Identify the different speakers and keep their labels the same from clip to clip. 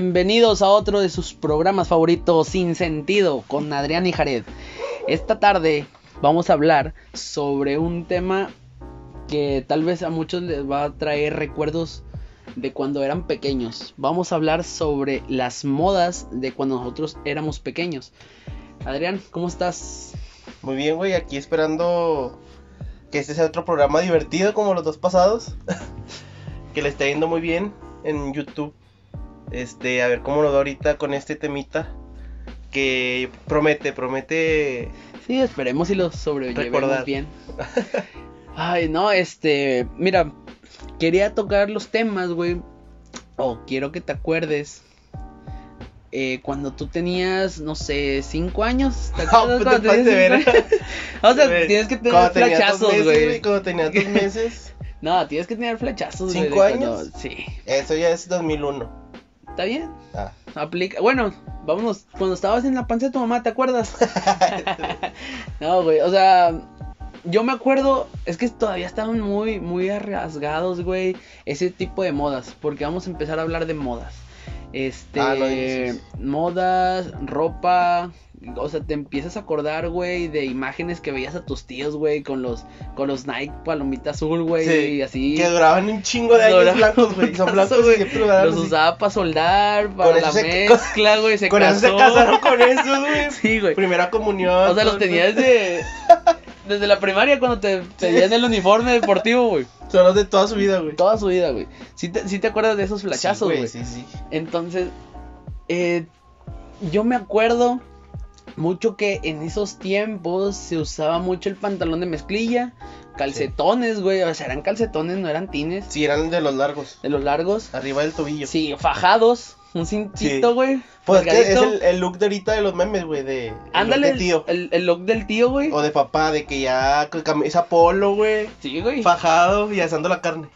Speaker 1: Bienvenidos a otro de sus programas favoritos Sin Sentido con Adrián y Jared. Esta tarde vamos a hablar sobre un tema que tal vez a muchos les va a traer recuerdos de cuando eran pequeños. Vamos a hablar sobre las modas de cuando nosotros éramos pequeños. Adrián, ¿cómo estás?
Speaker 2: Muy bien, güey, aquí esperando que este sea otro programa divertido como los dos pasados. que le está yendo muy bien en YouTube. Este, a ver cómo nos va ahorita con este temita. Que promete, promete.
Speaker 1: Sí, esperemos si lo sobrellevemos
Speaker 2: Recordar.
Speaker 1: bien. Ay, no, este, mira, quería tocar los temas, güey. O quiero que te acuerdes. eh, cuando tú tenías, no sé, cinco años. ¿Te
Speaker 2: Ah,
Speaker 1: acuerdas
Speaker 2: pues,
Speaker 1: cuando
Speaker 2: te pasas de
Speaker 1: tenías
Speaker 2: ver.
Speaker 1: cinco años? O sea,
Speaker 2: Güey,
Speaker 1: tienes que tener
Speaker 2: Cuando tenía dos
Speaker 1: flechazos,
Speaker 2: meses,
Speaker 1: güey.
Speaker 2: Cuando tenía dos meses.
Speaker 1: No, tienes que tener flechazos, güey. de
Speaker 2: ¿Cinco
Speaker 1: cuando-
Speaker 2: años?
Speaker 1: Sí.
Speaker 2: Eso ya es 2001.
Speaker 1: ¿Está bien?
Speaker 2: Ah.
Speaker 1: Aplica. Bueno, vámonos. Cuando estabas en la panza de tu mamá, ¿te acuerdas? no, güey. O sea, yo me acuerdo. Es que todavía estaban muy, muy arriesgados, güey. Ese tipo de modas. Porque vamos a empezar a hablar de modas. Este.
Speaker 2: Ah, lo dices.
Speaker 1: modas, ropa. O sea, te empiezas a acordar, güey, de imágenes que veías a tus tíos, güey, con los, con los Nike palomita azul, güey,
Speaker 2: Sí,
Speaker 1: Pues, y así.
Speaker 2: Que duraban un chingo de años
Speaker 1: Duraban
Speaker 2: blancos, güey. Son
Speaker 1: putazo,
Speaker 2: blancos
Speaker 1: güey.
Speaker 2: y siempre duraban
Speaker 1: Los
Speaker 2: así.
Speaker 1: usaba para soldar, para
Speaker 2: eso
Speaker 1: la
Speaker 2: se-
Speaker 1: mezcla, güey. Se
Speaker 2: Con
Speaker 1: casó.
Speaker 2: eso se casaron con esos, güey.
Speaker 1: Sí, güey.
Speaker 2: Primera comunión.
Speaker 1: O sea, los
Speaker 2: todo el
Speaker 1: tenías desde, desde la primaria cuando te pedían el uniforme deportivo, güey.
Speaker 2: Son los de toda su vida, güey.
Speaker 1: Toda su vida, güey. ¿Sí te, sí te acuerdas de esos flachazos, güey.
Speaker 2: Sí, sí.
Speaker 1: Entonces, eh, yo me acuerdo mucho que en esos tiempos se usaba mucho el pantalón de mezclilla, calcetones, güey. O sea, eran calcetones, no eran tines.
Speaker 2: Sí, eran de los largos.
Speaker 1: De los largos.
Speaker 2: Arriba del tobillo.
Speaker 1: Sí, fajados, un cintito,
Speaker 2: Sí.
Speaker 1: güey.
Speaker 2: Pues es que es
Speaker 1: delgadito.
Speaker 2: el, el look de ahorita de los memes, güey. De, el look
Speaker 1: Ándale,
Speaker 2: de
Speaker 1: el,
Speaker 2: tío.
Speaker 1: el- el look del tío, güey.
Speaker 2: O de papá, de que ya con camisa polo, güey.
Speaker 1: Sí, güey.
Speaker 2: Fajado y asando la carne.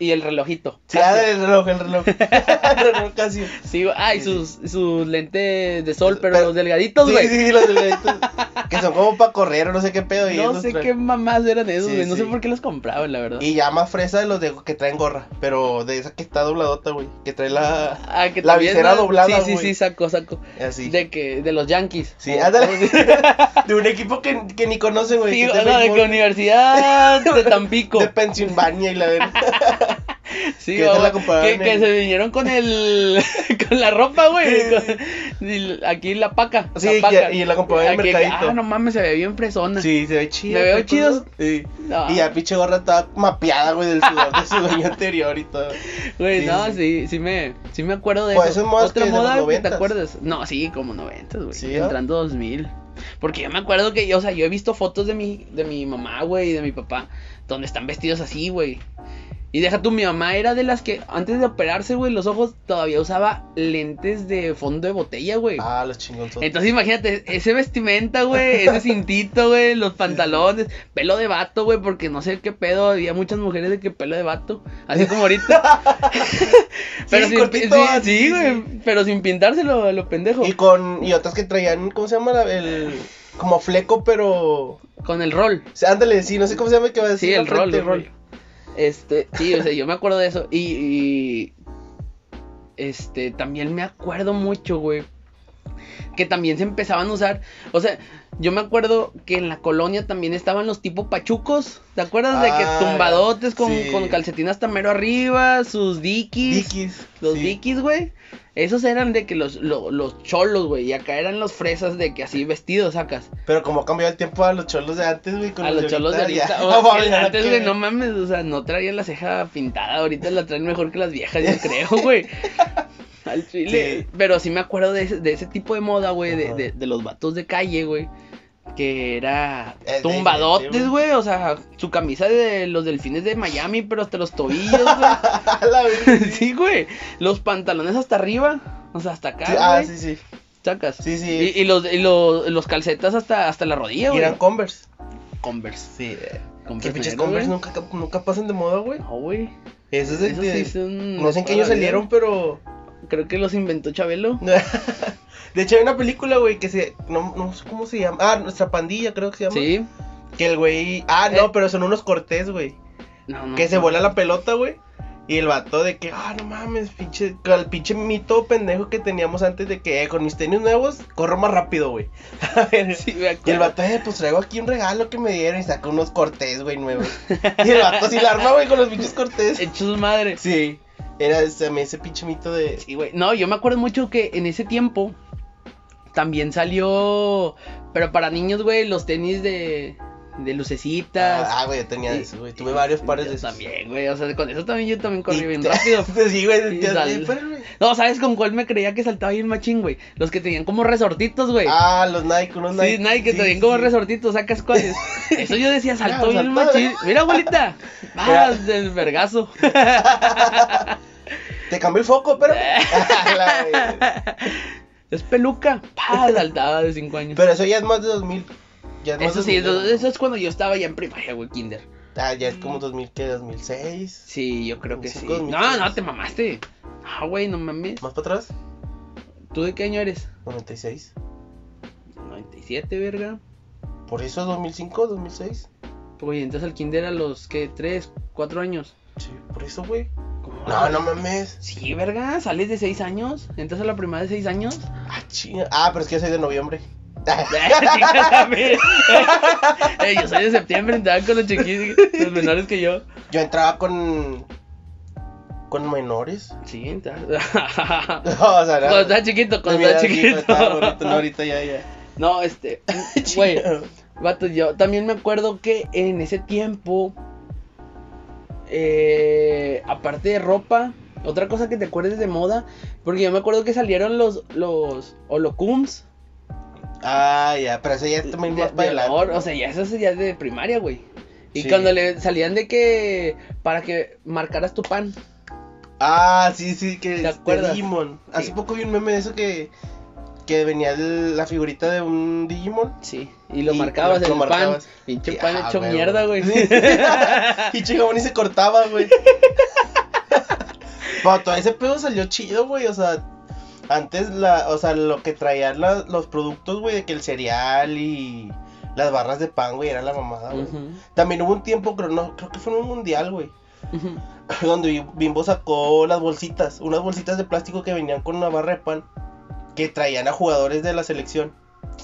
Speaker 1: Y el relojito.
Speaker 2: Sí,
Speaker 1: Casio.
Speaker 2: ah, el reloj, el reloj. el reloj casi.
Speaker 1: Sí, güey. Ah, y
Speaker 2: Sí, Pues,
Speaker 1: sus, sus lentes de sol, pero,
Speaker 2: Pero-
Speaker 1: los delgaditos,
Speaker 2: sí,
Speaker 1: güey.
Speaker 2: sí, los delgaditos. que son como para correr o no sé qué pedo. y ellos
Speaker 1: no
Speaker 2: los
Speaker 1: sé
Speaker 2: traen.
Speaker 1: qué mamás eran esos,
Speaker 2: Sí,
Speaker 1: güey. No sé
Speaker 2: sí.
Speaker 1: por qué los compraban, la verdad.
Speaker 2: Y ya más fresa de los de que traen gorra. Pero de esa que está dobladota, güey. Que trae la.
Speaker 1: Ah, que
Speaker 2: la
Speaker 1: también,
Speaker 2: visera
Speaker 1: ¿no?
Speaker 2: doblada,
Speaker 1: Sí, sí,
Speaker 2: güey.
Speaker 1: sí, saco, saco.
Speaker 2: Así.
Speaker 1: De que, de los Yankees.
Speaker 2: Sí,
Speaker 1: O-
Speaker 2: ándale.
Speaker 1: o-
Speaker 2: De un equipo que, que ni conocen, güey.
Speaker 1: Sí,
Speaker 2: que es
Speaker 1: o no, de
Speaker 2: béisbol,
Speaker 1: que Universidad de Tampico.
Speaker 2: de Pensilvania y la de.
Speaker 1: Sí,
Speaker 2: Que esa
Speaker 1: vamos,
Speaker 2: la comparaban
Speaker 1: que, que
Speaker 2: en-
Speaker 1: se vinieron con el con la ropa, güey.
Speaker 2: Sí.
Speaker 1: con- y aquí la paca. la
Speaker 2: Sí,
Speaker 1: paca.
Speaker 2: y- y la compraban en
Speaker 1: Aquí-
Speaker 2: mercadito.
Speaker 1: Ah, no mames, se ve bien fresona.
Speaker 2: Sí, se ve chido.
Speaker 1: Me veo
Speaker 2: ¿qué
Speaker 1: chido.
Speaker 2: cosa? Sí.
Speaker 1: No,
Speaker 2: Y ya pinche gorra toda mapeada, güey, del sudor de su dueño anterior y todo.
Speaker 1: güey,
Speaker 2: sí,
Speaker 1: no, sí,
Speaker 2: sí,
Speaker 1: sí, me, sí me acuerdo de
Speaker 2: Pues
Speaker 1: eso.
Speaker 2: son modas
Speaker 1: Otra
Speaker 2: que de los
Speaker 1: moda que te
Speaker 2: noventas.
Speaker 1: acuerdas. No, sí, como 90, güey.
Speaker 2: Sí, ¿ah?
Speaker 1: entrando 2000. Porque yo me acuerdo que, o sea, yo he visto fotos de mi, de mi mamá, güey, y de mi papá, donde están vestidos así, güey. Y deja tú, mi mamá era de las que antes de operarse, güey, los ojos todavía usaba lentes de fondo de botella, güey.
Speaker 2: Ah, los chingonzotes.
Speaker 1: Entonces imagínate, ese vestimenta, güey, ese cintito, güey, los pantalones, pelo de vato, güey, porque no sé qué pedo, había muchas mujeres de que pelo de vato, así como ahorita. pero
Speaker 2: Sí,
Speaker 1: sin,
Speaker 2: cortito,
Speaker 1: sí,
Speaker 2: ah,
Speaker 1: sí,
Speaker 2: sí,
Speaker 1: güey, pero sin pintárselo, lo pendejo.
Speaker 2: Y con. Y otras que traían, ¿cómo se llama? la- el. Como fleco, pero.
Speaker 1: Con el rol.
Speaker 2: o sea, ándale, sí, no sé cómo se llama que va a decir.
Speaker 1: Sí, el
Speaker 2: la
Speaker 1: rol,
Speaker 2: frente,
Speaker 1: el rol.
Speaker 2: güey.
Speaker 1: Este, sí, o sea, yo me acuerdo de eso. Y, y, este, también me acuerdo mucho, güey. Que también se empezaban a usar. O sea, yo me acuerdo que en la colonia también estaban los tipo pachucos. ¿Te acuerdas de
Speaker 2: Ah,
Speaker 1: que tumbadotes con,
Speaker 2: sí.
Speaker 1: con calcetín hasta mero arriba? Sus dikis.
Speaker 2: Dickies.
Speaker 1: Los
Speaker 2: sí.
Speaker 1: dikis, güey. Esos eran de que los, lo- los cholos, güey. Y acá eran los fresas de que así vestidos sacas.
Speaker 2: Pero como ha cambiado el tiempo a los cholos de antes, güey. con
Speaker 1: A los cholos de
Speaker 2: ya.
Speaker 1: ahorita. o
Speaker 2: Ah,
Speaker 1: sea,
Speaker 2: vale, ya
Speaker 1: antes,
Speaker 2: que-
Speaker 1: güey, no mames, o sea, no traían la ceja pintada. Ahorita la traen mejor que las viejas, yo creo, güey. Al chile.
Speaker 2: Sí.
Speaker 1: Pero sí me acuerdo de ese, de ese tipo de moda, güey, de,
Speaker 2: Ajá.
Speaker 1: de- de los vatos de calle, güey. Que era
Speaker 2: Es de- sí,
Speaker 1: tumbadotes,
Speaker 2: güey.
Speaker 1: güey. O sea, su camisa de los delfines de Miami, pero hasta los tobillos, güey.
Speaker 2: A la vez.
Speaker 1: sí, güey. Los pantalones hasta arriba. O sea, hasta acá,
Speaker 2: Sí, ah,
Speaker 1: güey.
Speaker 2: sí, sí.
Speaker 1: Sacas.
Speaker 2: Sí, sí.
Speaker 1: Y, y los, y los, los calcetas hasta, hasta la rodilla,
Speaker 2: Y
Speaker 1: güey.
Speaker 2: eran Converse.
Speaker 1: Converse.
Speaker 2: Sí.
Speaker 1: Converse
Speaker 2: Que pinches
Speaker 1: negro,
Speaker 2: Converse
Speaker 1: pues, güey.
Speaker 2: nunca, nunca pasan de moda, güey.
Speaker 1: No, güey.
Speaker 2: Eso es de.
Speaker 1: Esos
Speaker 2: de-
Speaker 1: sí son
Speaker 2: No sé en qué
Speaker 1: toda
Speaker 2: año
Speaker 1: la vida.
Speaker 2: salieron, pero.
Speaker 1: Creo que los inventó Chabelo.
Speaker 2: De hecho, hay una película, güey, que se. No, no sé cómo se llama. Ah, nuestra pandilla, creo que se llama.
Speaker 1: Sí.
Speaker 2: Que el güey. Ah, no,
Speaker 1: Eh.
Speaker 2: pero son unos cortés, güey.
Speaker 1: No, no.
Speaker 2: Que se vuela la pelota, güey. Y el vato de que, ah, no mames, pinche, el pinche mito pendejo que teníamos antes de que eh, con mis tenis nuevos corro más rápido, güey. A ver,
Speaker 1: Sí, me acuerdo.
Speaker 2: y el vato, eh, pues traigo aquí un regalo que me dieron y saca unos cortés, güey, nuevos. Y el vato sí la arma, güey, con los pinches cortés.
Speaker 1: Hecho su madre.
Speaker 2: Sí, era ese, ese pinche mito de.
Speaker 1: Sí, güey. No, yo me acuerdo mucho que en ese tiempo también salió. Pero para niños, güey, los tenis de. de lucecitas.
Speaker 2: Ah, güey, yo tenía
Speaker 1: Sí.
Speaker 2: eso, güey. Tuve varios pares
Speaker 1: Yo
Speaker 2: de esos.
Speaker 1: También, güey. O sea, con eso también yo también corrí
Speaker 2: Y
Speaker 1: bien
Speaker 2: te-
Speaker 1: rápido.
Speaker 2: sí, güey,
Speaker 1: Sí,
Speaker 2: te-
Speaker 1: sal-
Speaker 2: pero, güey.
Speaker 1: No, ¿sabes con cuál me creía que saltaba bien machín, güey? Los que tenían como resortitos, güey.
Speaker 2: Ah, los Nike, unos Nike.
Speaker 1: Sí, nadie que te den como resortitos, sacas cuáles. Eso yo decía, saltó
Speaker 2: Claro,
Speaker 1: bien
Speaker 2: saltó.
Speaker 1: machín. Mira, abuelita. Ah, del vergazo.
Speaker 2: Te cambió el foco, pero. La verga.
Speaker 1: Es peluca. Pa, saltaba de 5 años.
Speaker 2: Pero eso ya es más de 2000. Ya es más
Speaker 1: eso sí,
Speaker 2: 2000,
Speaker 1: eso,
Speaker 2: ¿no?
Speaker 1: eso es cuando yo estaba ya en primaria, güey, kinder.
Speaker 2: Ah, ya es como 2000, ¿qué? 2006.
Speaker 1: Sí, yo creo que sí.
Speaker 2: Cinco mil
Speaker 1: No,
Speaker 2: pesos.
Speaker 1: no, te mamaste. Ah, güey, no mames.
Speaker 2: ¿Más para atrás?
Speaker 1: ¿Tú de qué año eres?
Speaker 2: 96.
Speaker 1: 97, verga.
Speaker 2: Por eso 2005, 2006.
Speaker 1: Güey, entras al kinder a los, ¿qué? 3, 4 años.
Speaker 2: Sí, por eso, güey.
Speaker 1: ¿Cómo?
Speaker 2: No, no mames.
Speaker 1: Sí, verga, sales de 6 años, entras a la primaria de 6 años.
Speaker 2: Ah, chinga. Ah, pero es que yo soy de noviembre.
Speaker 1: Chingada, eh, yo soy de septiembre, entraba con los chiquis, los menores que yo.
Speaker 2: Yo entraba con. con menores.
Speaker 1: Sí, entraba.
Speaker 2: o sea,
Speaker 1: cuando estaba chiquito, cuando estaba chiquito.
Speaker 2: ahorita, no, ahorita ya, ya.
Speaker 1: No, este, güey, vato, yo también me acuerdo que en ese tiempo, eh, aparte de ropa, otra cosa que te acuerdes de moda, porque yo me acuerdo que salieron los, los holocums.
Speaker 2: Ah, ya, pero eso ya es también más
Speaker 1: de-
Speaker 2: para
Speaker 1: de
Speaker 2: adelante.
Speaker 1: olor, o sea, ya eso sería de primaria, güey. Y
Speaker 2: Sí.
Speaker 1: cuando le salían de que para que marcaras tu pan.
Speaker 2: Ah, sí, sí, que
Speaker 1: ¿Te
Speaker 2: este,
Speaker 1: acuerdas?
Speaker 2: Digimon.
Speaker 1: Sí.
Speaker 2: Hace poco vi un meme de eso que, que venía el- la figurita de un Digimon.
Speaker 1: Sí, y lo
Speaker 2: Y
Speaker 1: marcabas
Speaker 2: lo-
Speaker 1: en
Speaker 2: lo
Speaker 1: el
Speaker 2: marcabas.
Speaker 1: pan. Pinche
Speaker 2: Y-
Speaker 1: pan
Speaker 2: ah,
Speaker 1: hecho
Speaker 2: huevo.
Speaker 1: mierda, güey.
Speaker 2: Sí. y Chigabón y se cortaba, güey. Pero todo ese pedo salió chido, güey. O sea, antes la, o sea, lo que traían la- los productos, güey, de que el cereal y las barras de pan, güey, era la mamada, güey.
Speaker 1: Ujú,
Speaker 2: También hubo un tiempo, creo, no, creo que fue en un mundial, güey.
Speaker 1: ujú.
Speaker 2: donde Bim- Bimbo sacó las bolsitas, unas bolsitas de plástico que venían con una barra de pan que traían a jugadores de la selección.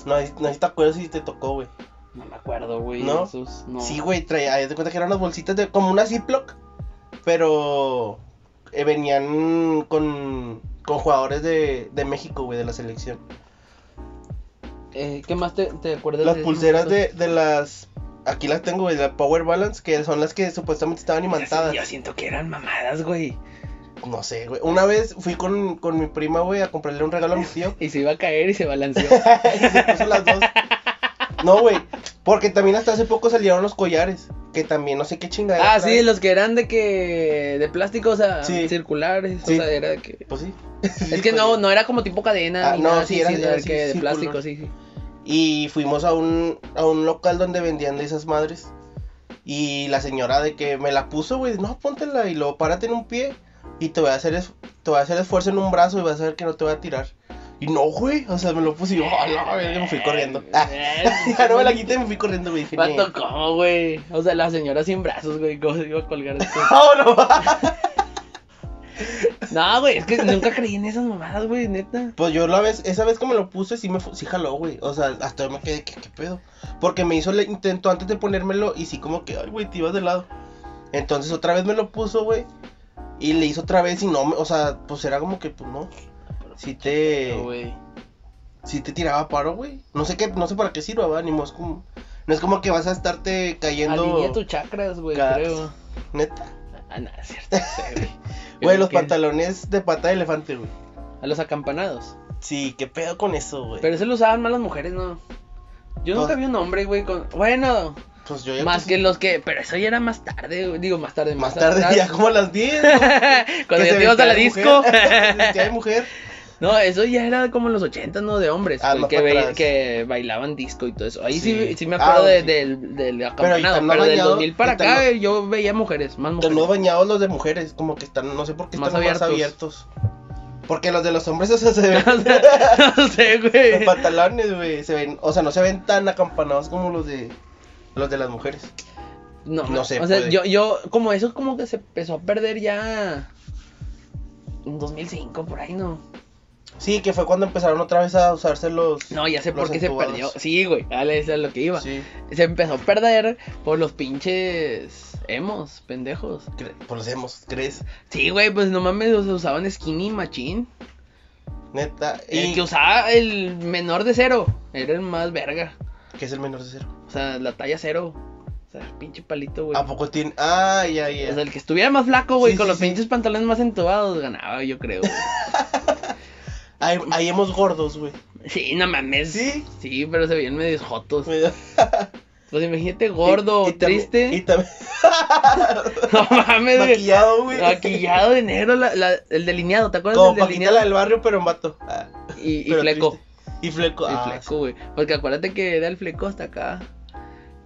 Speaker 2: No, sé- no sé si te acuerdas si te tocó, güey.
Speaker 1: No me acuerdo, güey.
Speaker 2: ¿No?
Speaker 1: esos, no.
Speaker 2: Sí, güey, traía, haz de cuenta que eran unas bolsitas de como una Ziploc, pero eh, venían con, con jugadores de, de México, güey, de la selección.
Speaker 1: Eh, ¿Qué más te, te acuerdas?
Speaker 2: Las
Speaker 1: de esos
Speaker 2: pulseras
Speaker 1: momentos?
Speaker 2: de, de las. Aquí las tengo, güey, de la Power Balance, que son las que supuestamente estaban imantadas.
Speaker 1: Yo siento que eran mamadas, güey.
Speaker 2: No sé, güey. Una vez fui con, con mi prima, güey, a comprarle un regalo a mi tío.
Speaker 1: Y se iba a caer y se balanceó.
Speaker 2: Y se puso las dos. No, güey. Porque también hasta hace poco salieron los collares. Que también no sé qué chingada.
Speaker 1: ah, sí, los que eran de que. de plástico, o sea,
Speaker 2: Sí.
Speaker 1: circulares.
Speaker 2: Sí.
Speaker 1: O sea, era de que.
Speaker 2: Pues sí.
Speaker 1: Es que no, no era como tipo cadena.
Speaker 2: Ah,
Speaker 1: ni
Speaker 2: no,
Speaker 1: nada,
Speaker 2: sí,
Speaker 1: sí,
Speaker 2: era-
Speaker 1: sí,
Speaker 2: era
Speaker 1: de
Speaker 2: así,
Speaker 1: que de
Speaker 2: círculo.
Speaker 1: plástico, sí, sí.
Speaker 2: Y fuimos a un, a un local donde vendían de esas madres. Y la señora de que me la puso, güey. No, póntela y luego párate en un pie. Y te voy a hacer, es- te voy a hacer esfuerzo en un brazo y vas a ver que no te voy a tirar. Y no, güey. O sea, me lo puse y yo, "Ah, la verga", me fui corriendo. Ah, ya no me la quité, me fui corriendo, güey. Dije, "Nee".
Speaker 1: Vato, ¿cómo, güey? O sea, la señora sin brazos, güey, ¿cómo se iba a colgar esto?
Speaker 2: Ah, no.
Speaker 1: No, güey, es que nunca creí en esas mamadas, güey, neta.
Speaker 2: Pues yo la vez, esa vez que me lo puse, sí me fu- sí jaló, güey. O sea, hasta yo me quedé, ¿qué, qué pedo? Porque me hizo el intento antes de ponérmelo y sí como que, ay, güey, te ibas de lado. Entonces otra vez me lo puso, güey. Y le hizo otra vez y no, me- o sea, pues era como que, pues no. Si
Speaker 1: No,
Speaker 2: te,
Speaker 1: güey.
Speaker 2: si te tiraba paro, güey. No sé qué, no sé para qué sirva, ¿verdad? Ni más como, no es como que vas a estarte
Speaker 1: Alineé
Speaker 2: cayendo,
Speaker 1: tus chakras, güey,
Speaker 2: Ca-
Speaker 1: creo.
Speaker 2: neta.
Speaker 1: Ah, nada, es cierto, no sé, güey.
Speaker 2: Güey, los
Speaker 1: ¿Qué?
Speaker 2: pantalones de pata de elefante, güey.
Speaker 1: A los acampanados.
Speaker 2: Sí, qué pedo con eso, güey.
Speaker 1: Pero eso lo usaban más las mujeres, ¿no? Yo nunca
Speaker 2: Pues-
Speaker 1: vi un hombre, güey, con... Bueno,
Speaker 2: Pues yo ya
Speaker 1: más
Speaker 2: pues,
Speaker 1: que los que... Pero eso ya era más tarde, güey. Digo, más tarde,
Speaker 2: más tarde,
Speaker 1: atrás.
Speaker 2: ya como a las 10,
Speaker 1: Cuando
Speaker 2: Que
Speaker 1: ya
Speaker 2: se
Speaker 1: te ibas a la
Speaker 2: vestía de
Speaker 1: disco.
Speaker 2: mujer, se vestía de mujer.
Speaker 1: No, eso ya era como en los 80, ¿no? De hombres.
Speaker 2: Ah,
Speaker 1: güey,
Speaker 2: más
Speaker 1: que,
Speaker 2: para
Speaker 1: veía-
Speaker 2: atrás.
Speaker 1: que bailaban disco y todo eso. Ahí sí,
Speaker 2: Sí.
Speaker 1: sí me acuerdo
Speaker 2: Ah,
Speaker 1: de-
Speaker 2: sí.
Speaker 1: del, del
Speaker 2: ahorita
Speaker 1: acampanado.
Speaker 2: no
Speaker 1: Pero, del
Speaker 2: bañado,
Speaker 1: 2000 para
Speaker 2: ahorita
Speaker 1: acá
Speaker 2: no.
Speaker 1: eh, yo veía mujeres, más
Speaker 2: Están
Speaker 1: mujeres.
Speaker 2: más bañados los de mujeres, como que están, no sé por qué
Speaker 1: Más
Speaker 2: están más
Speaker 1: abiertos.
Speaker 2: abiertos. Porque los de los hombres, o sea, se ven
Speaker 1: O sea, no sé,
Speaker 2: los
Speaker 1: güey.
Speaker 2: pantalones, güey, se ven, o sea, no se ven tan acampanados como los de los de las mujeres.
Speaker 1: No,
Speaker 2: No se
Speaker 1: O sea,
Speaker 2: puede.
Speaker 1: yo, yo, como eso como que se empezó a perder ya en 2005, por ahí no.
Speaker 2: Sí, que fue cuando empezaron otra vez a usarse los.
Speaker 1: No, ya sé
Speaker 2: los
Speaker 1: por qué se
Speaker 2: entubados.
Speaker 1: perdió. Sí, güey, dale, eso es lo que iba.
Speaker 2: Sí,
Speaker 1: Se empezó a perder por los pinches emos, pendejos.
Speaker 2: cre- por los hemos, ¿crees?
Speaker 1: Sí, güey, pues no mames, los usaban skinny machín.
Speaker 2: Neta.
Speaker 1: El
Speaker 2: Y
Speaker 1: que usaba el menor de cero era el más verga.
Speaker 2: que es el menor de cero.
Speaker 1: O sea, la talla cero. O sea, el pinche palito, güey.
Speaker 2: ¿A poco tiene.? Ah, ya, ya.
Speaker 1: O sea, el que estuviera más flaco, güey,
Speaker 2: Sí,
Speaker 1: con
Speaker 2: sí,
Speaker 1: los
Speaker 2: sí.
Speaker 1: pinches pantalones más entubados, ganaba, yo creo. güey.
Speaker 2: Hay, hay hemos gordos, güey.
Speaker 1: sí, no mames.
Speaker 2: Sí.
Speaker 1: Sí, pero se veían medios jotos.
Speaker 2: Me da-
Speaker 1: Pues imagínate gordo,
Speaker 2: y- y tam-
Speaker 1: triste.
Speaker 2: Y también.
Speaker 1: no mames, güey.
Speaker 2: maquillado, güey.
Speaker 1: Maquillado de negro, la- la- el delineado, ¿te acuerdas
Speaker 2: Como
Speaker 1: del
Speaker 2: Paquita
Speaker 1: delineado?
Speaker 2: la del barrio, pero en vato. Ah,
Speaker 1: Y, y
Speaker 2: pero
Speaker 1: fleco.
Speaker 2: triste. Y fleco.
Speaker 1: El
Speaker 2: ah,
Speaker 1: fleco, güey. Porque acuérdate que era el fleco hasta acá.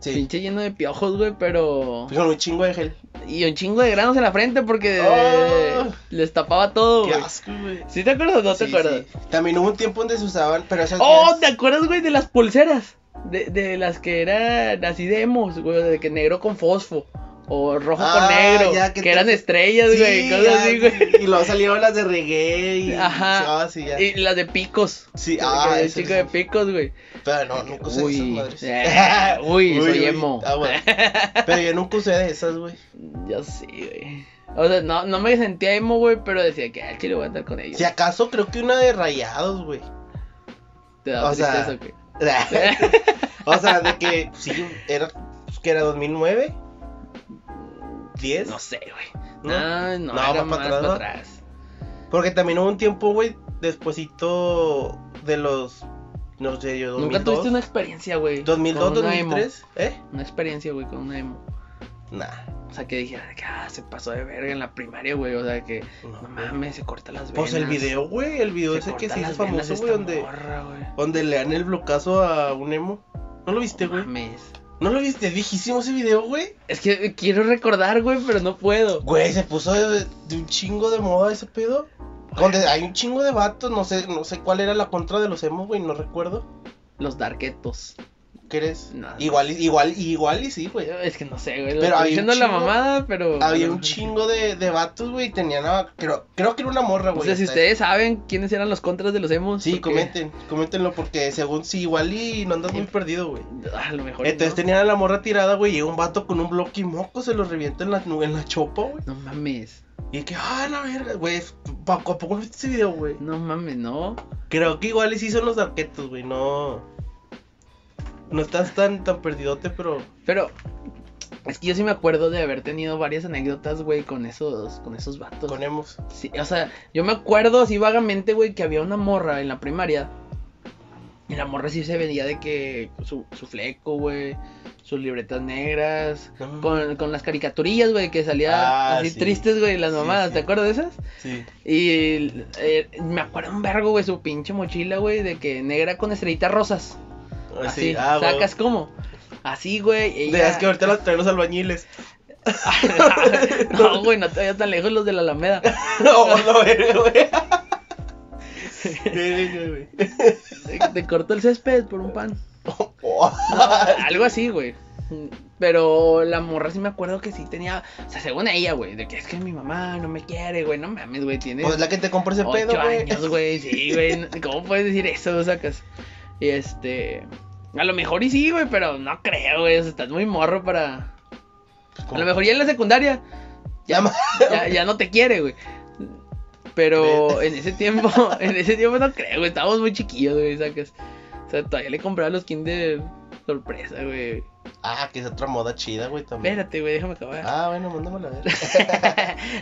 Speaker 2: Sí.
Speaker 1: Pinche lleno de piojos, güey, pero.
Speaker 2: Pues Con un chingo de gel.
Speaker 1: Y un chingo de granos en la frente porque
Speaker 2: Oh.
Speaker 1: les tapaba todo,
Speaker 2: Qué
Speaker 1: güey.
Speaker 2: asco, güey.
Speaker 1: ¿Sí te acuerdas o no te
Speaker 2: Sí,
Speaker 1: acuerdas?
Speaker 2: sí. También hubo un tiempo donde se usaban, pero esas.
Speaker 1: Oh,
Speaker 2: ya-
Speaker 1: ¿te acuerdas, güey, de las pulseras? De, de las que eran así de emos, güey, de que negro con fosfo. O rojo
Speaker 2: Ah,
Speaker 1: con negro.
Speaker 2: ya, que
Speaker 1: que
Speaker 2: te-
Speaker 1: eran estrellas,
Speaker 2: Sí,
Speaker 1: güey. cosas
Speaker 2: ya,
Speaker 1: así, güey.
Speaker 2: Y luego salieron las de reggae y.
Speaker 1: Ajá.
Speaker 2: Ah, sí, ya.
Speaker 1: Y las de picos.
Speaker 2: Sí,
Speaker 1: Que-
Speaker 2: ah,
Speaker 1: que el
Speaker 2: eso
Speaker 1: chico
Speaker 2: sí.
Speaker 1: de picos, güey.
Speaker 2: Pero no, nunca usé
Speaker 1: Uy,
Speaker 2: esas madres.
Speaker 1: eh, uy, soy emo.
Speaker 2: Ah, bueno. Pero yo nunca usé de esas, güey.
Speaker 1: Yo sí, güey. O sea, no, no me sentía emo, güey, pero decía que al chile voy a andar con ellos.
Speaker 2: Si acaso, creo que una de rayados, güey.
Speaker 1: Te da
Speaker 2: o sea,
Speaker 1: tristeza, güey.
Speaker 2: o sea, de que sí, era, pues, que era 2009, 10.
Speaker 1: No sé, güey.
Speaker 2: ¿no?
Speaker 1: No, no,
Speaker 2: No,
Speaker 1: era más
Speaker 2: más para
Speaker 1: para
Speaker 2: atrás, ¿no?
Speaker 1: atrás.
Speaker 2: Porque también hubo un tiempo, güey, despuesito de los. No sé, yo, 2002.
Speaker 1: Nunca tuviste una experiencia, güey.
Speaker 2: 2002,
Speaker 1: con una emo?
Speaker 2: 2003, ¿eh?
Speaker 1: Una experiencia, güey, con una emo.
Speaker 2: Nah.
Speaker 1: O sea, que dijera de que ah, se pasó de verga en la primaria, güey. O sea, que
Speaker 2: no,
Speaker 1: no
Speaker 2: güey.
Speaker 1: mames, se corta las venas.
Speaker 2: Pues el video, güey, el video
Speaker 1: se
Speaker 2: ese que
Speaker 1: corta
Speaker 2: se hizo
Speaker 1: las venas
Speaker 2: famoso,
Speaker 1: esta
Speaker 2: güey, donde,
Speaker 1: morra, güey.
Speaker 2: donde le dan el blocazo a un emo. ¿No lo viste,
Speaker 1: No
Speaker 2: güey?
Speaker 1: mames.
Speaker 2: ¿No lo viste? Es viejísimo ese video, güey.
Speaker 1: Es que quiero recordar, güey, pero no puedo.
Speaker 2: Güey, se puso de, de un chingo de moda ese pedo. Donde hay un chingo de vatos, no sé, no sé cuál era la contra de los emos, güey, no recuerdo.
Speaker 1: Los darketos.
Speaker 2: ¿Qué eres?
Speaker 1: Nada.
Speaker 2: Igual, y- igual, y- igual y sí, güey.
Speaker 1: Es que no sé, güey.
Speaker 2: Pero
Speaker 1: Pero
Speaker 2: había un
Speaker 1: diciendo la
Speaker 2: chingo-
Speaker 1: mamada, pero.
Speaker 2: Había un chingo de, de vatos, güey, y tenían a- creo, creo que era una morra, güey.
Speaker 1: O sea, si
Speaker 2: hasta
Speaker 1: ustedes saben quiénes eran los contras de los emos.
Speaker 2: eso. Sí,
Speaker 1: porque-
Speaker 2: comenten, coméntenlo, porque según sí, igual y no andas muy perdido, güey.
Speaker 1: A lo mejor.
Speaker 2: Entonces
Speaker 1: no.
Speaker 2: tenían a la morra tirada, güey, llega un vato con un bloque y moco, se lo revienta en la, nu- en la chopa, güey.
Speaker 1: No mames.
Speaker 2: Y que, ah, la verga, güey, ¿pa- ¿a poco no viste ese video, güey?
Speaker 1: No mames, no.
Speaker 2: Creo que igual y sí son los arquetos, güey, no... No estás tan, tan perdidote, pero...
Speaker 1: Pero. Es que yo sí me acuerdo de haber tenido varias anécdotas, güey, con esos, con esos vatos.
Speaker 2: Con e- emos.
Speaker 1: Sí, o sea, yo me acuerdo así vagamente, güey, que había una morra en la primaria. Y la morra sí se venía de que su, su fleco, güey, sus libretas negras,
Speaker 2: No.
Speaker 1: con, con las caricaturillas, güey, que salía
Speaker 2: Ah,
Speaker 1: así
Speaker 2: sí.
Speaker 1: tristes, güey, las
Speaker 2: Sí,
Speaker 1: mamadas,
Speaker 2: sí.
Speaker 1: ¿te acuerdas de esas?
Speaker 2: Sí.
Speaker 1: Y eh, me acuerdo un vergo, güey, su pinche mochila, güey, de que negra con estrellitas rosas. Así,
Speaker 2: Así, ah, güey.
Speaker 1: ¿sacas cómo? Así, güey.
Speaker 2: De
Speaker 1: ella-
Speaker 2: es que ahorita las traen los albañiles.
Speaker 1: no, güey, no te vayas tan lejos los de la Alameda.
Speaker 2: no, no, güey, güey. Verga, güey.
Speaker 1: Te, te cortó el césped por un pan.
Speaker 2: Oh,
Speaker 1: No, algo así, güey. Pero la morra sí me acuerdo que sí tenía. O sea, según ella, güey, de que es que mi mamá no me quiere, güey, no mames, güey, tiene
Speaker 2: Pues la que te compra ese
Speaker 1: ocho
Speaker 2: pedo, güey.
Speaker 1: años, güey, sí, güey. ¿Cómo puedes decir eso, sacas? Y este. A lo mejor y sí, güey, pero no creo, güey. o sea, estás muy morro para. A lo mejor ya en la secundaria
Speaker 2: Pues Ya, ma-
Speaker 1: ya, ya no te quiere, güey. Pero en ese tiempo, en ese tiempo no creo, güey. Estábamos muy chiquillos, güey, sacas. O sea, todavía le compraba los Kinder sorpresa, güey.
Speaker 2: Ah, que es otra moda chida, güey, también.
Speaker 1: Espérate, güey, déjame acabar.
Speaker 2: Ah, bueno, mándamela a ver.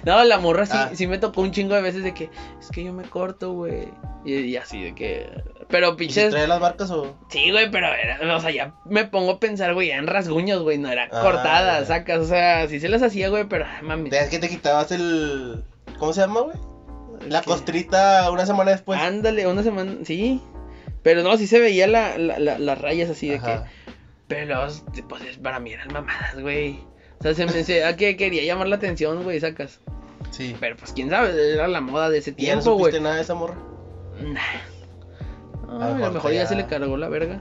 Speaker 1: no, la morra sí,
Speaker 2: Ah.
Speaker 1: sí me tocó un chingo de veces de que es que yo me corto, güey. Y, y así de que. Pero
Speaker 2: ¿Y si
Speaker 1: pinches.
Speaker 2: trae las marcas o...?
Speaker 1: Sí, güey, pero era, o sea, ya me pongo a pensar, güey, eran rasguños, güey, no era
Speaker 2: Ah,
Speaker 1: cortada,
Speaker 2: ya.
Speaker 1: sacas, o sea, sí se las hacía, güey, pero ah, ay, mami.
Speaker 2: Es que te quitabas el... ¿Cómo se llama, güey? La
Speaker 1: ¿Qué? Ah,
Speaker 2: costrita una semana
Speaker 1: Pues
Speaker 2: después.
Speaker 1: Ándale, una semana, sí. Pero no, sí se veía la, la- la- las rayas así de
Speaker 2: Ajá.
Speaker 1: que. Pero los, pues es- para mí eran mamadas, güey. O sea, se me decía que quería llamar la atención, güey, sacas.
Speaker 2: Sí.
Speaker 1: Pero pues quién sabe, era la moda de ese
Speaker 2: ¿Y ya no
Speaker 1: tiempo,
Speaker 2: supiste
Speaker 1: güey.
Speaker 2: nada de esa morra?
Speaker 1: Nah. Ay,
Speaker 2: A lo
Speaker 1: a lo
Speaker 2: mejor
Speaker 1: mejor ya
Speaker 2: ya-
Speaker 1: se le cargó la verga.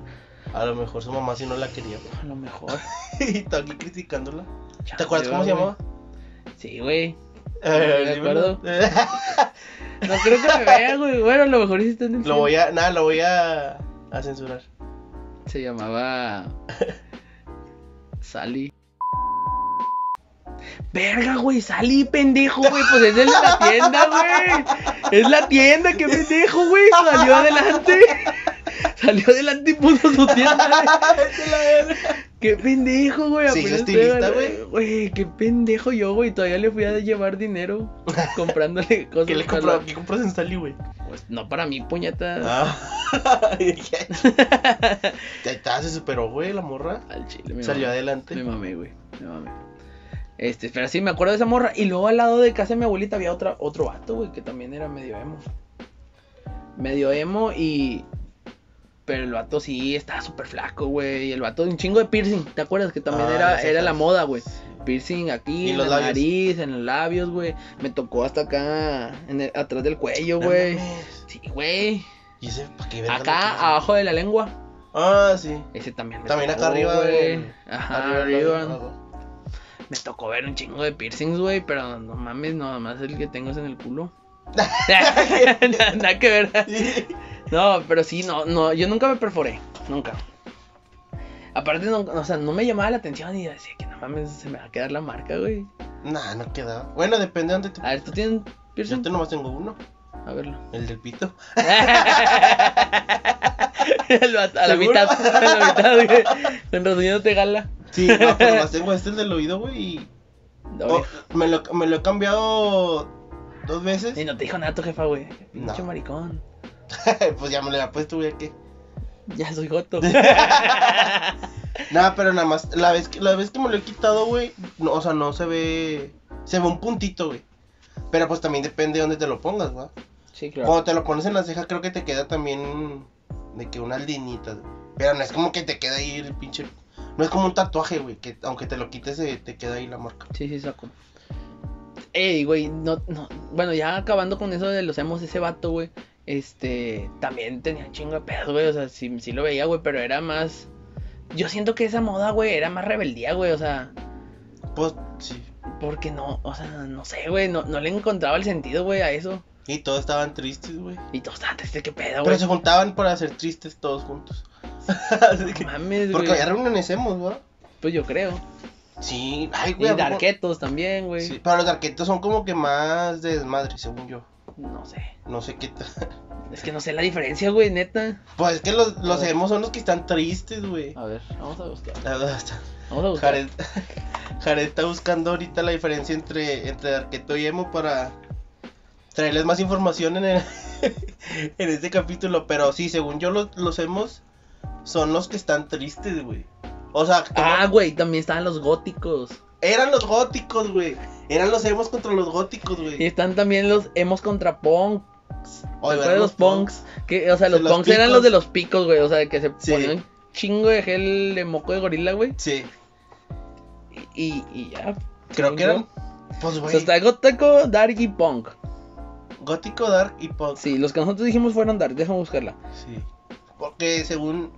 Speaker 2: A lo mejor su mamá si no la quería. güey.
Speaker 1: A lo mejor.
Speaker 2: y está aquí criticándola. ¿Te
Speaker 1: Chale,
Speaker 2: acuerdas cómo se
Speaker 1: güey.
Speaker 2: llamaba?
Speaker 1: Sí, güey.
Speaker 2: Eh,
Speaker 1: me acuerdo.
Speaker 2: dímelo.
Speaker 1: No creo que me vea, güey. Bueno, a lo mejor hiciste en el
Speaker 2: lo voy a. Nada, lo voy a. A censurar.
Speaker 1: Se llamaba. Sally. Verga, güey, Sally, pendejo, güey. Pues es de la tienda, güey. Es la tienda, qué pendejo, güey. Salió adelante. Salió adelante y puso su tienda. güey.
Speaker 2: Vete la verga.
Speaker 1: Qué pendejo, güey.
Speaker 2: Se hizo
Speaker 1: apenas
Speaker 2: estilista,
Speaker 1: te-
Speaker 2: güey.
Speaker 1: Güey, qué pendejo yo, güey. Todavía le fui a llevar dinero comprándole cosas.
Speaker 2: ¿Qué le
Speaker 1: para
Speaker 2: compró?
Speaker 1: la-
Speaker 2: ¿Qué compras en Sally, güey?
Speaker 1: Pues no para mí, puñeta.
Speaker 2: Ah. Y dije, "Ay, ta, se superó, oh, güey, la morra.
Speaker 1: Al chile, me
Speaker 2: Salió
Speaker 1: mamó.
Speaker 2: adelante.
Speaker 1: Me mamé, güey. Me mamé. Este, pero sí, me acuerdo de esa morra. Y luego al lado de casa de mi abuelita había otra, otro vato, güey, que también era medio emo. Medio emo y. Pero el vato sí estaba súper flaco, güey. Y el vato, un chingo de piercing. ¿Te acuerdas? Que también
Speaker 2: Ah,
Speaker 1: era,
Speaker 2: ya sé
Speaker 1: era la
Speaker 2: cuál.
Speaker 1: moda, güey. Piercing aquí,
Speaker 2: Y
Speaker 1: en
Speaker 2: los
Speaker 1: la
Speaker 2: labios.
Speaker 1: nariz, en los labios, güey. Me tocó hasta acá, en el- atrás del cuello,
Speaker 2: No
Speaker 1: güey.
Speaker 2: mames.
Speaker 1: Sí, güey.
Speaker 2: ¿Y ese pa' qué verga lo
Speaker 1: Acá,
Speaker 2: quiso?
Speaker 1: abajo de la lengua.
Speaker 2: Ah, sí.
Speaker 1: Ese también me
Speaker 2: También acá
Speaker 1: tocó,
Speaker 2: arriba,
Speaker 1: güey.
Speaker 2: güey.
Speaker 1: Ajá,
Speaker 2: arriba.
Speaker 1: arriba. Me tocó ver un chingo de piercings, güey, pero no mames, nada más el que tengo es en el culo. nada, nada que ver. No, pero sí, no, no, yo nunca me perforé, nunca. Aparte, no, o sea, no me llamaba la atención y decía que no mames, se me va a quedar la marca, güey.
Speaker 2: Nah, no quedaba. Bueno, depende de dónde te.
Speaker 1: A ver, ¿tú tienes
Speaker 2: Yo
Speaker 1: piercing?
Speaker 2: te nomás tengo uno,
Speaker 1: A verlo.
Speaker 2: el del pito.
Speaker 1: El vato, a la
Speaker 2: ¿Seguro?
Speaker 1: mitad, a la mitad, güey. Con razón ya no te gala.
Speaker 2: Sí, no, pero nomás tengo este, el del oído, güey. y-
Speaker 1: No,
Speaker 2: Oh, me, lo, me lo he cambiado dos veces.
Speaker 1: Y no te dijo nada tu jefa, güey.
Speaker 2: No.
Speaker 1: Pinche maricón.
Speaker 2: pues ya me lo había puesto, güey, ¿a qué?
Speaker 1: Ya soy goto.
Speaker 2: Nada, pero nada más, la vez que, la vez que me lo he quitado, güey, no, o sea, no se ve, se ve un puntito, güey. Pero pues también depende de dónde te lo pongas, güey.
Speaker 1: Sí,
Speaker 2: Cuando te lo pones en la ceja, creo que te queda también de que unas linitas, güey. Pero no es como que te queda ahí el pinche, no es como un tatuaje, güey, que aunque te lo quites, eh, te queda ahí la marca.
Speaker 1: Sí, sí, saco. Ey, güey, no, no. Bueno, ya acabando con eso de los emos, ese vato, güey. Este, también tenía un chingo de pedos, güey. O sea, sí, sí lo veía, güey, pero era más. Yo siento que esa moda, güey, era más rebeldía, güey. O sea,
Speaker 2: Pues, sí.
Speaker 1: porque no, o sea, no sé, güey. No, no le encontraba el sentido, güey, a eso.
Speaker 2: Y todos estaban tristes, güey.
Speaker 1: Y todos estaban tristes, qué pedo,
Speaker 2: Pero
Speaker 1: Ah, güey.
Speaker 2: se juntaban para ser tristes todos juntos. Así que-
Speaker 1: No mames,
Speaker 2: porque
Speaker 1: güey.
Speaker 2: ya reunionesemos, güey.
Speaker 1: Pues yo creo.
Speaker 2: Sí, ay,
Speaker 1: Y
Speaker 2: güey. ¿a poco-
Speaker 1: darquetos también, güey.
Speaker 2: Sí, pero los arquetos son como que más de desmadre, según yo.
Speaker 1: No sé.
Speaker 2: No sé qué tal.
Speaker 1: Es que no sé la diferencia, güey, neta.
Speaker 2: Pues es que los, los
Speaker 1: ver.
Speaker 2: emos son los que están tristes, güey.
Speaker 1: A ver, vamos a buscar.
Speaker 2: La verdad está-
Speaker 1: Vamos a buscar.
Speaker 2: Jared, Jared está buscando ahorita la diferencia entre, entre arqueto y emo para traerles más información en, el- en este capítulo. Pero sí, según yo, los, los emos son los que están tristes, güey. O sea, como-
Speaker 1: Ah, güey, también estaban los góticos.
Speaker 2: eran los góticos, güey. Eran los emos contra los góticos,
Speaker 1: Y
Speaker 2: güey.
Speaker 1: están también los hemos contra punk.
Speaker 2: O
Speaker 1: ¿te acuerdas de los punks. Que, o sea,
Speaker 2: Sí,
Speaker 1: los,
Speaker 2: los
Speaker 1: punks eran los
Speaker 2: picos.
Speaker 1: de los picos, güey. O sea, que se
Speaker 2: Sí.
Speaker 1: ponían un chingo de gel de moco de gorila, güey.
Speaker 2: Sí,
Speaker 1: Y, y ya.
Speaker 2: creo que eran. Pues,
Speaker 1: O
Speaker 2: güey.
Speaker 1: sea, está gótico, dark y punk.
Speaker 2: Gótico, Dark y Punk.
Speaker 1: Sí, los que nosotros dijimos fueron dark. Déjame buscarla.
Speaker 2: Sí. Porque según.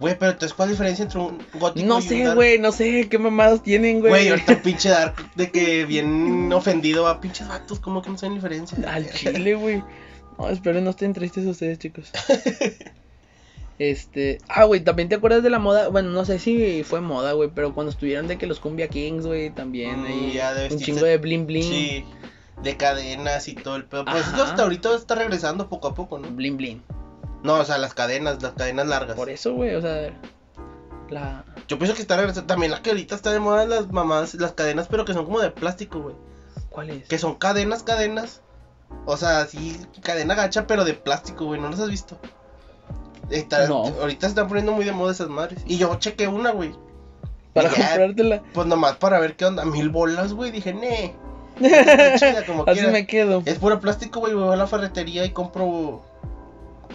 Speaker 2: Güey, pero entonces, ¿cuál es la diferencia entre un gótico y
Speaker 1: No
Speaker 2: un
Speaker 1: sé,
Speaker 2: dark?
Speaker 1: güey. No sé qué mamadas tienen, güey.
Speaker 2: Güey, ahorita un pinche Dark de que bien ofendido a pinches vatos, ¿cómo que no saben diferencia?
Speaker 1: Al chile, güey. No, espero no estén tristes ustedes, chicos. Este, ah, güey, también te acuerdas de la moda. Bueno, no sé si fue moda, güey, pero cuando estuvieron de que los Cumbia Kings, güey, también.
Speaker 2: Mm,
Speaker 1: ahí
Speaker 2: ya de
Speaker 1: un
Speaker 2: vestirse-
Speaker 1: chingo de bling bling.
Speaker 2: Sí, de cadenas y todo el pedo. Pues
Speaker 1: Ajá.
Speaker 2: eso hasta ahorita está regresando poco a poco, ¿no?
Speaker 1: Bling bling.
Speaker 2: No, o sea, las cadenas, las cadenas largas.
Speaker 1: Por eso, güey, o sea, la.
Speaker 2: Yo pienso que está regresando. También la que ahorita está de moda las mamás, las cadenas, pero que son como de plástico, güey.
Speaker 1: ¿Cuál es?
Speaker 2: Que son cadenas, cadenas. O sea, sí, cadena gacha, pero de plástico, güey. ¿No las has visto? Está-
Speaker 1: No.
Speaker 2: Ahorita se están poniendo muy de moda esas madres. Y yo chequé una, güey.
Speaker 1: Para
Speaker 2: ya.
Speaker 1: comprártela.
Speaker 2: Pues nomás para ver qué onda. Mil bolas, güey. Dije, ne. Está chida, como
Speaker 1: Así
Speaker 2: quiera.
Speaker 1: me quedo.
Speaker 2: Es puro plástico, güey. Voy a la ferretería y compro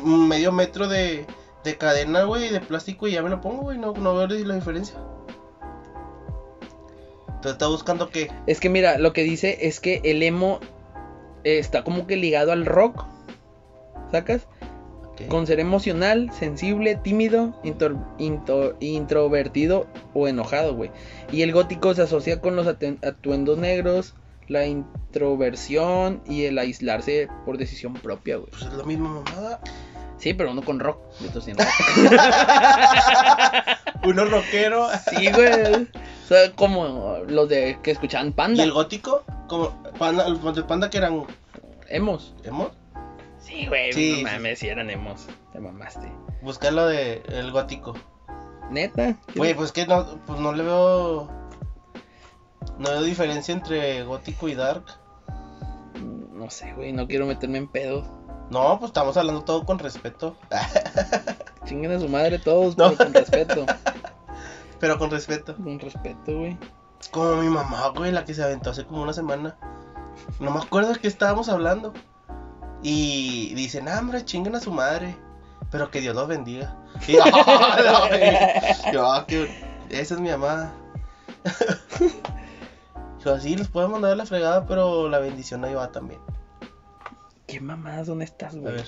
Speaker 2: un medio metro de, de cadena, güey, de plástico y ya me lo pongo, güey. No, no veo la diferencia. Entonces está buscando qué.
Speaker 1: Es que mira, lo que dice es que el emo eh, está como que ligado al rock. ¿Sacas?
Speaker 2: Ok.
Speaker 1: Con ser emocional, sensible, tímido, intor- intor- introvertido o enojado, güey. Y el gótico se asocia con los aten- atuendos negros, la introversión y el aislarse por decisión propia, güey.
Speaker 2: Pues es la misma mamada.
Speaker 1: Sí, pero uno con rock. y otro sin rock.
Speaker 2: Uno rockero.
Speaker 1: Sí, güey. O sea, como los de que escuchaban
Speaker 2: ¿Y
Speaker 1: panda.
Speaker 2: el gótico? Como panda, el panda que eran
Speaker 1: Emos.
Speaker 2: emo.
Speaker 1: Sí, güey.
Speaker 2: Sí, sí.
Speaker 1: no mames, si eran emos. Te mamaste.
Speaker 2: Buscar lo de el gótico.
Speaker 1: Neta.
Speaker 2: Güey, pues que no, pues no le veo. No veo diferencia entre gótico y dark.
Speaker 1: No sé, güey. No quiero meterme en pedos.
Speaker 2: No, pues estamos hablando todo con respeto.
Speaker 1: Chinguen a su madre todos,
Speaker 2: No.
Speaker 1: pero con respeto.
Speaker 2: Pero con respeto.
Speaker 1: Con respeto, güey.
Speaker 2: Como mi mamá, güey, la que se aventó hace como una semana. No me acuerdo de qué estábamos hablando. Y dicen, ah, hombre, chinguen a su madre. Pero que Dios los bendiga. Y yo, "Ah, no, güey". Yo, "Ah, qué- esa es mi mamá. Yo, así los puedo mandar a la fregada, pero la bendición ahí va también.
Speaker 1: ¿Qué mamadas? ¿Dónde estás,
Speaker 2: A
Speaker 1: güey?
Speaker 2: ver.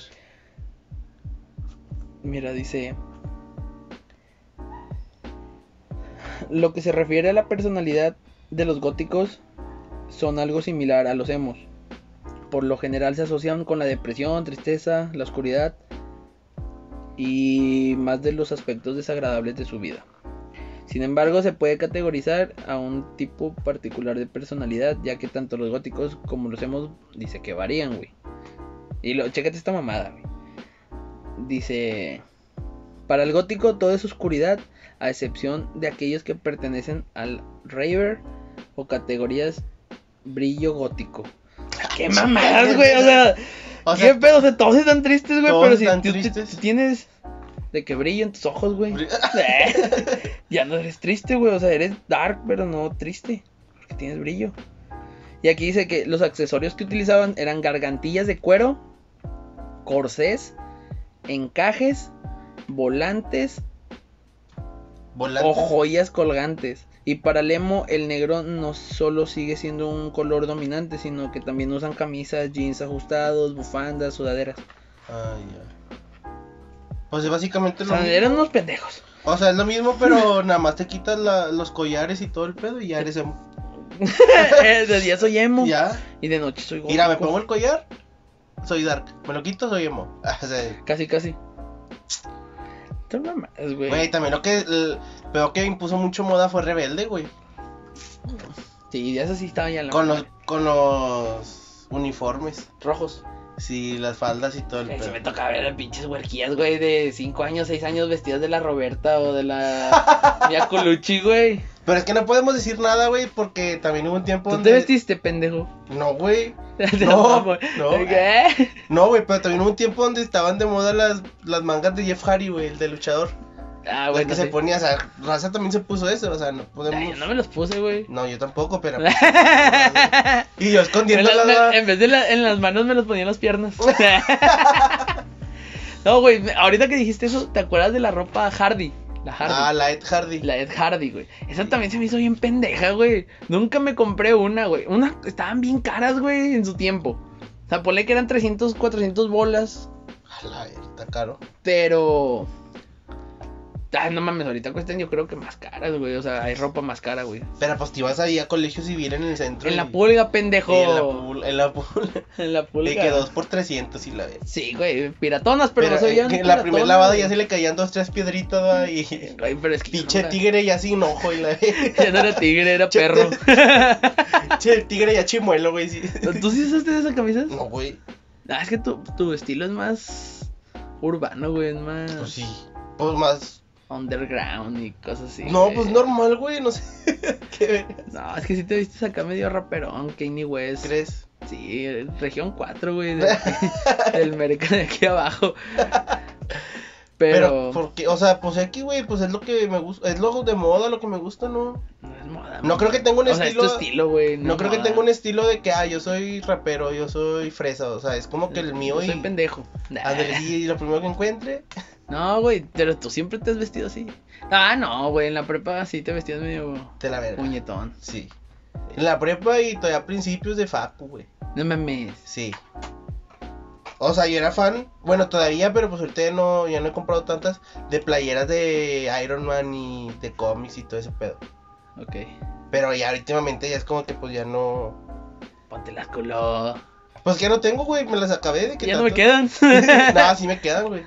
Speaker 1: Mira, dice. Lo que se refiere a la personalidad de los góticos son algo similar a los emos. Por lo general se asocian con la depresión, tristeza, la oscuridad y más de los aspectos desagradables de su vida. Sin embargo, se puede categorizar a un tipo particular de personalidad, ya que tanto los góticos como los emos dice que varían, güey. Y lo, chécate esta mamada, güey. Dice, para el gótico todo es oscuridad, a excepción de aquellos que pertenecen al raver o categorías brillo gótico. ¡Qué mamadas, güey! O sea,
Speaker 2: O
Speaker 1: ¿Qué
Speaker 2: sea,
Speaker 1: pedo? O sea, todos están tristes, güey,
Speaker 2: todos
Speaker 1: pero si
Speaker 2: están
Speaker 1: tú- tú-
Speaker 2: tristes.
Speaker 1: tú tienes de que brillo en tus ojos, güey. Eh, ya no eres triste, güey. O sea, eres dark, pero no triste. Porque tienes brillo. Y aquí dice que los accesorios que utilizaban eran gargantillas de cuero, corsés, encajes, volantes
Speaker 2: volante.
Speaker 1: o joyas colgantes. Y para Lemo, el negro no solo sigue siendo un color dominante, sino que también usan camisas, jeans ajustados, bufandas, sudaderas.
Speaker 2: Ay, ya. Pues es básicamente
Speaker 1: O
Speaker 2: lo
Speaker 1: sea,
Speaker 2: mismo.
Speaker 1: eran unos pendejos.
Speaker 2: O sea, es lo mismo, pero nada más te quitas la- los collares y todo el pedo y ya eres emo.
Speaker 1: Eh, de día soy emo.
Speaker 2: Ya.
Speaker 1: Y de noche soy gótico.
Speaker 2: Mira, me pongo el collar, soy dark. Me lo quito, soy emo. Ah, O sea,
Speaker 1: Casi, casi. Tú no mames, güey.
Speaker 2: güey, también lo que el- pero que impuso mucho moda fue rebelde, güey.
Speaker 1: Sí, ya eso sí estaba ya en la
Speaker 2: Con los con los uniformes,
Speaker 1: rojos.
Speaker 2: sí, las faldas y todo el
Speaker 1: Eh, Se me
Speaker 2: pedo.
Speaker 1: toca ver a pinches huerquillas, güey, de 5 años, 6 años vestidas de la Roberta o de la Mia Colucci, güey.
Speaker 2: Pero es que no podemos decir nada, güey, porque también hubo un tiempo
Speaker 1: ¿Tú
Speaker 2: donde
Speaker 1: te vestiste, pendejo?
Speaker 2: No, güey.
Speaker 1: Te
Speaker 2: No,
Speaker 1: mamo.
Speaker 2: no.
Speaker 1: ¿Qué?
Speaker 2: No, güey, pero también hubo un tiempo donde estaban de moda las, las mangas de Jeff Hardy, güey, el de luchador.
Speaker 1: Ah,
Speaker 2: Las
Speaker 1: güey, no
Speaker 2: que se
Speaker 1: sé.
Speaker 2: ponía, o sea, Raza también se puso eso, o sea, no
Speaker 1: Ay,
Speaker 2: podemos.
Speaker 1: yo no me los puse, güey.
Speaker 2: No, yo tampoco, pero.
Speaker 1: Me
Speaker 2: y yo escondiendo
Speaker 1: la-
Speaker 2: la.
Speaker 1: me- en vez de la- en las manos me los ponía en las piernas. no, güey, me- ahorita que dijiste eso, ¿te acuerdas de la ropa Hardy? La Hardy.
Speaker 2: Ah, la Ed Hardy.
Speaker 1: La Ed Hardy, güey. Esa también se me hizo bien pendeja, güey. Nunca me compré una, güey. Una, estaban bien caras, güey, en su tiempo. O sea, ponle que eran 300, 400 bolas,
Speaker 2: A Ah, la verga, está caro.
Speaker 1: pero... Ah, no mames, ahorita cuestan yo creo que más caras, güey. O sea, hay ropa más cara, güey.
Speaker 2: Pero pues te ibas ahí a colegio civil en el centro.
Speaker 1: En
Speaker 2: y-
Speaker 1: la pulga, pendejo.
Speaker 2: y en la pul- en la pul-
Speaker 1: En la pulga.
Speaker 2: Y que dos por 300 y la ves.
Speaker 1: Sí, güey. Piratonas, pero, no
Speaker 2: eh,
Speaker 1: se veían
Speaker 2: que en la primera
Speaker 1: piratonas,
Speaker 2: lavada
Speaker 1: güey.
Speaker 2: ya se le caían dos, tres piedritas ¿va? y.
Speaker 1: Güey, pero es que...
Speaker 2: Pinche
Speaker 1: hijo,
Speaker 2: tigre ya sin ojo y la ve.
Speaker 1: Ya no era tigre, era
Speaker 2: Che-
Speaker 1: perro.
Speaker 2: Pinche tigre ya chimuelo, güey. sí.
Speaker 1: ¿Tú sí usaste esas camisas?
Speaker 2: No, güey.
Speaker 1: Ah, es que tu, tu estilo es más urbano, güey, es más
Speaker 2: Pues sí. Pues más.
Speaker 1: underground y cosas así.
Speaker 2: No,
Speaker 1: güey.
Speaker 2: pues normal, güey. No sé. ¿Qué ver-
Speaker 1: No, es que si te vistes acá medio raperón, Kanye West.
Speaker 2: crees?
Speaker 1: Sí, eh, región 4, güey, de- del mercado de aquí abajo. Pero,
Speaker 2: Pero, porque, o sea, pues aquí, güey, pues es lo que me gusta, es lo de moda, lo que me gusta, ¿no?
Speaker 1: no es moda.
Speaker 2: No
Speaker 1: güey.
Speaker 2: creo que tenga un
Speaker 1: o sea,
Speaker 2: estilo-
Speaker 1: es tu estilo, güey.
Speaker 2: No
Speaker 1: es
Speaker 2: creo que
Speaker 1: moda.
Speaker 2: tenga un estilo de que, ah, yo soy rapero, yo soy fresa, o sea, es como que el mío
Speaker 1: Yo Soy
Speaker 2: y,
Speaker 1: pendejo. Nah.
Speaker 2: ándale, y lo primero que encuentre.
Speaker 1: No, güey, pero tú siempre te has vestido así. Ah, no, güey, en la prepa sí te vestías medio
Speaker 2: Te la verga.
Speaker 1: puñetón.
Speaker 2: Sí. En la prepa y todavía a principios de facu, güey.
Speaker 1: No mames.
Speaker 2: Sí. O sea, yo era fan, bueno, todavía, pero pues ahorita ya no, ya no he comprado tantas de playeras de Iron Man y de cómics y todo ese pedo.
Speaker 1: Ok.
Speaker 2: Pero ya últimamente ya es como que pues ya no.
Speaker 1: Ponte las culo.
Speaker 2: Pues que ya no tengo, güey, me las acabé de que
Speaker 1: Ya no me
Speaker 2: tanto-
Speaker 1: quedan.
Speaker 2: no, sí me quedan, güey.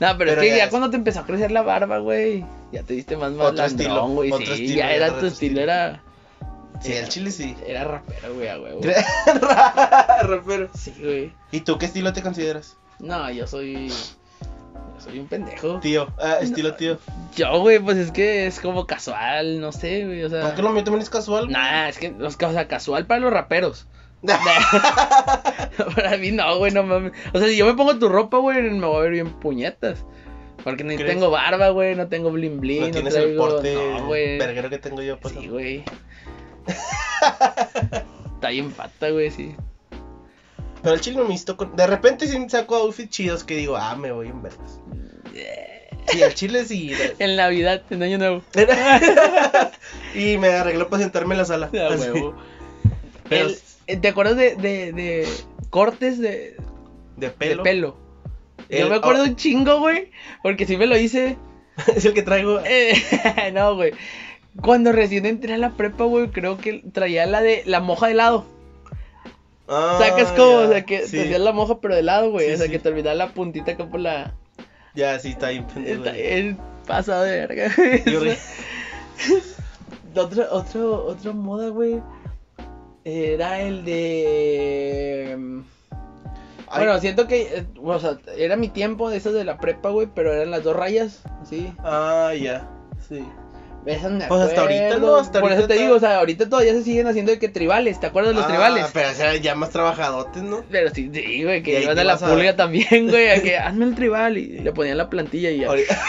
Speaker 1: No, pero,
Speaker 2: Pero
Speaker 1: es que
Speaker 2: ya
Speaker 1: ya
Speaker 2: es-
Speaker 1: cuando te empezó a crecer la barba, güey, ya te diste más
Speaker 2: Otro estilo,
Speaker 1: malandrón, güey. Sí,
Speaker 2: otro estilo,
Speaker 1: ya era
Speaker 2: otro
Speaker 1: tu estilo,
Speaker 2: estilo.
Speaker 1: era,
Speaker 2: Sí,
Speaker 1: Sí.
Speaker 2: el chile sí.
Speaker 1: era rapero, güey, a huevo.
Speaker 2: Rapero.
Speaker 1: Sí, güey.
Speaker 2: ¿Y tú qué estilo te consideras?
Speaker 1: No, yo soy. yo soy un pendejo.
Speaker 2: Tío, ah, estilo tío.
Speaker 1: Yo, güey, pues es que es como casual, no sé, güey, o sea.
Speaker 2: Aunque lo mío también es casual.
Speaker 1: Nah, es que, o sea, casual para los raperos. para mí no, güey, no mames. O sea, si yo me pongo tu ropa, güey, me voy a ver bien puñetas. Porque ni
Speaker 2: ¿Crees?
Speaker 1: tengo barba, güey, no tengo blin blin.
Speaker 2: no
Speaker 1: No,
Speaker 2: tienes el
Speaker 1: traigo...
Speaker 2: porte
Speaker 1: No, güey.
Speaker 2: verguero que tengo yo. pues.
Speaker 1: Sí, güey. Está bien pata, güey, sí.
Speaker 2: Pero el chile no me hizo con... De repente sí me saco outfits chidos que digo, ah, me voy en vergas. Sí, el chile sí. de-
Speaker 1: En Navidad, en Año Nuevo.
Speaker 2: y me arregló para sentarme en la sala.
Speaker 1: A
Speaker 2: Así.
Speaker 1: Ah, huevo.
Speaker 2: Pero
Speaker 1: El- eh, ¿Te acuerdas de, de, de cortes de
Speaker 2: de
Speaker 1: de pelo?
Speaker 2: pelo.
Speaker 1: Yo
Speaker 2: El-
Speaker 1: me acuerdo
Speaker 2: oh,
Speaker 1: un chingo, güey. Porque si me lo hice.
Speaker 2: es el que traigo.
Speaker 1: Eh, no, güey. Cuando recién entré a la prepa, güey, creo que traía la de la moja de lado.
Speaker 2: Ah,
Speaker 1: Sacas como,
Speaker 2: ya,
Speaker 1: o sea, que
Speaker 2: sí,
Speaker 1: te hacías la moja, pero de lado, güey.
Speaker 2: Sí,
Speaker 1: o sea,
Speaker 2: sí.
Speaker 1: que terminaba la puntita acá por la.
Speaker 2: Ya, sí, está bien pendejo.
Speaker 1: Está
Speaker 2: güey.
Speaker 1: bien pasado de verga.
Speaker 2: Yo re-
Speaker 1: Otro, otro, otra moda, güey. Era el de. mm,
Speaker 2: Ay,
Speaker 1: Bueno, siento que. eh, O sea, era mi tiempo de esas de la prepa, güey, pero eran las dos rayas, así.
Speaker 2: Ah, ya. Sí.
Speaker 1: Esas me
Speaker 2: Pues hasta ahorita,
Speaker 1: acuerdo.
Speaker 2: ¿no? Hasta
Speaker 1: Por eso
Speaker 2: ahorita
Speaker 1: te
Speaker 2: está-
Speaker 1: digo, o sea, ahorita todavía se siguen haciendo de que tribales, ¿te acuerdas de los
Speaker 2: Ah,
Speaker 1: tribales?
Speaker 2: Pero eran ya más trabajadotes, ¿no?
Speaker 1: Pero sí, sí, güey,
Speaker 2: Y
Speaker 1: que
Speaker 2: ahí
Speaker 1: iban
Speaker 2: te
Speaker 1: a la
Speaker 2: vas a-
Speaker 1: pulga también, güey, a que hazme el tribal y le ponían la plantilla y ya.
Speaker 2: Ahorita...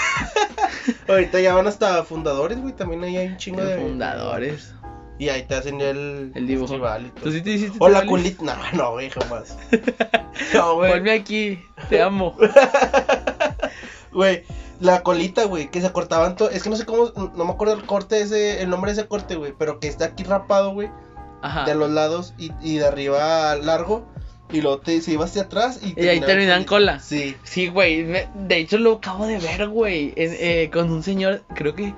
Speaker 2: Ahorita ya van hasta fundadores, güey. También ahí hay un chingo de.
Speaker 1: fundadores.
Speaker 2: Y ahí te hacen el,
Speaker 1: El dibujo.
Speaker 2: festival y todo.
Speaker 1: ¿Tú sí te hiciste
Speaker 2: O la
Speaker 1: tribales?
Speaker 2: culita. No, no, güey, jamás. No, güey.
Speaker 1: Ponme aquí, te amo.
Speaker 2: Güey, la colita, güey, que se cortaban todo. Es que no sé cómo, no me acuerdo el corte ese, el nombre de ese corte, güey, pero que está aquí rapado, güey,
Speaker 1: Ajá.
Speaker 2: de los lados y, y de arriba largo. Y luego te, se iba hacia atrás
Speaker 1: Y
Speaker 2: y,
Speaker 1: ahí
Speaker 2: terminaba
Speaker 1: terminan
Speaker 2: colita.
Speaker 1: cola.
Speaker 2: Sí.
Speaker 1: Sí, güey. me- De hecho, lo acabo de ver, güey. en- eh, con un señor, creo que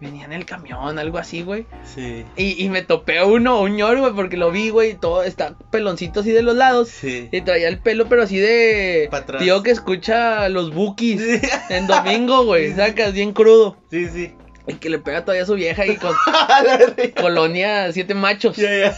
Speaker 1: venía en el camión, algo así, güey.
Speaker 2: Sí.
Speaker 1: Y, y me topé a uno, un ñor, güey, porque lo vi, güey. y Todo está peloncito así de los lados.
Speaker 2: Sí.
Speaker 1: Y traía el pelo, pero así de.
Speaker 2: Pa' atrás.
Speaker 1: Tío que escucha los bookies
Speaker 2: Sí,
Speaker 1: en domingo, güey. Sacas bien crudo.
Speaker 2: sí. sí.
Speaker 1: Y que le pega todavía a su vieja y con
Speaker 2: La verga.
Speaker 1: colonia siete machos.
Speaker 2: Ya, ya.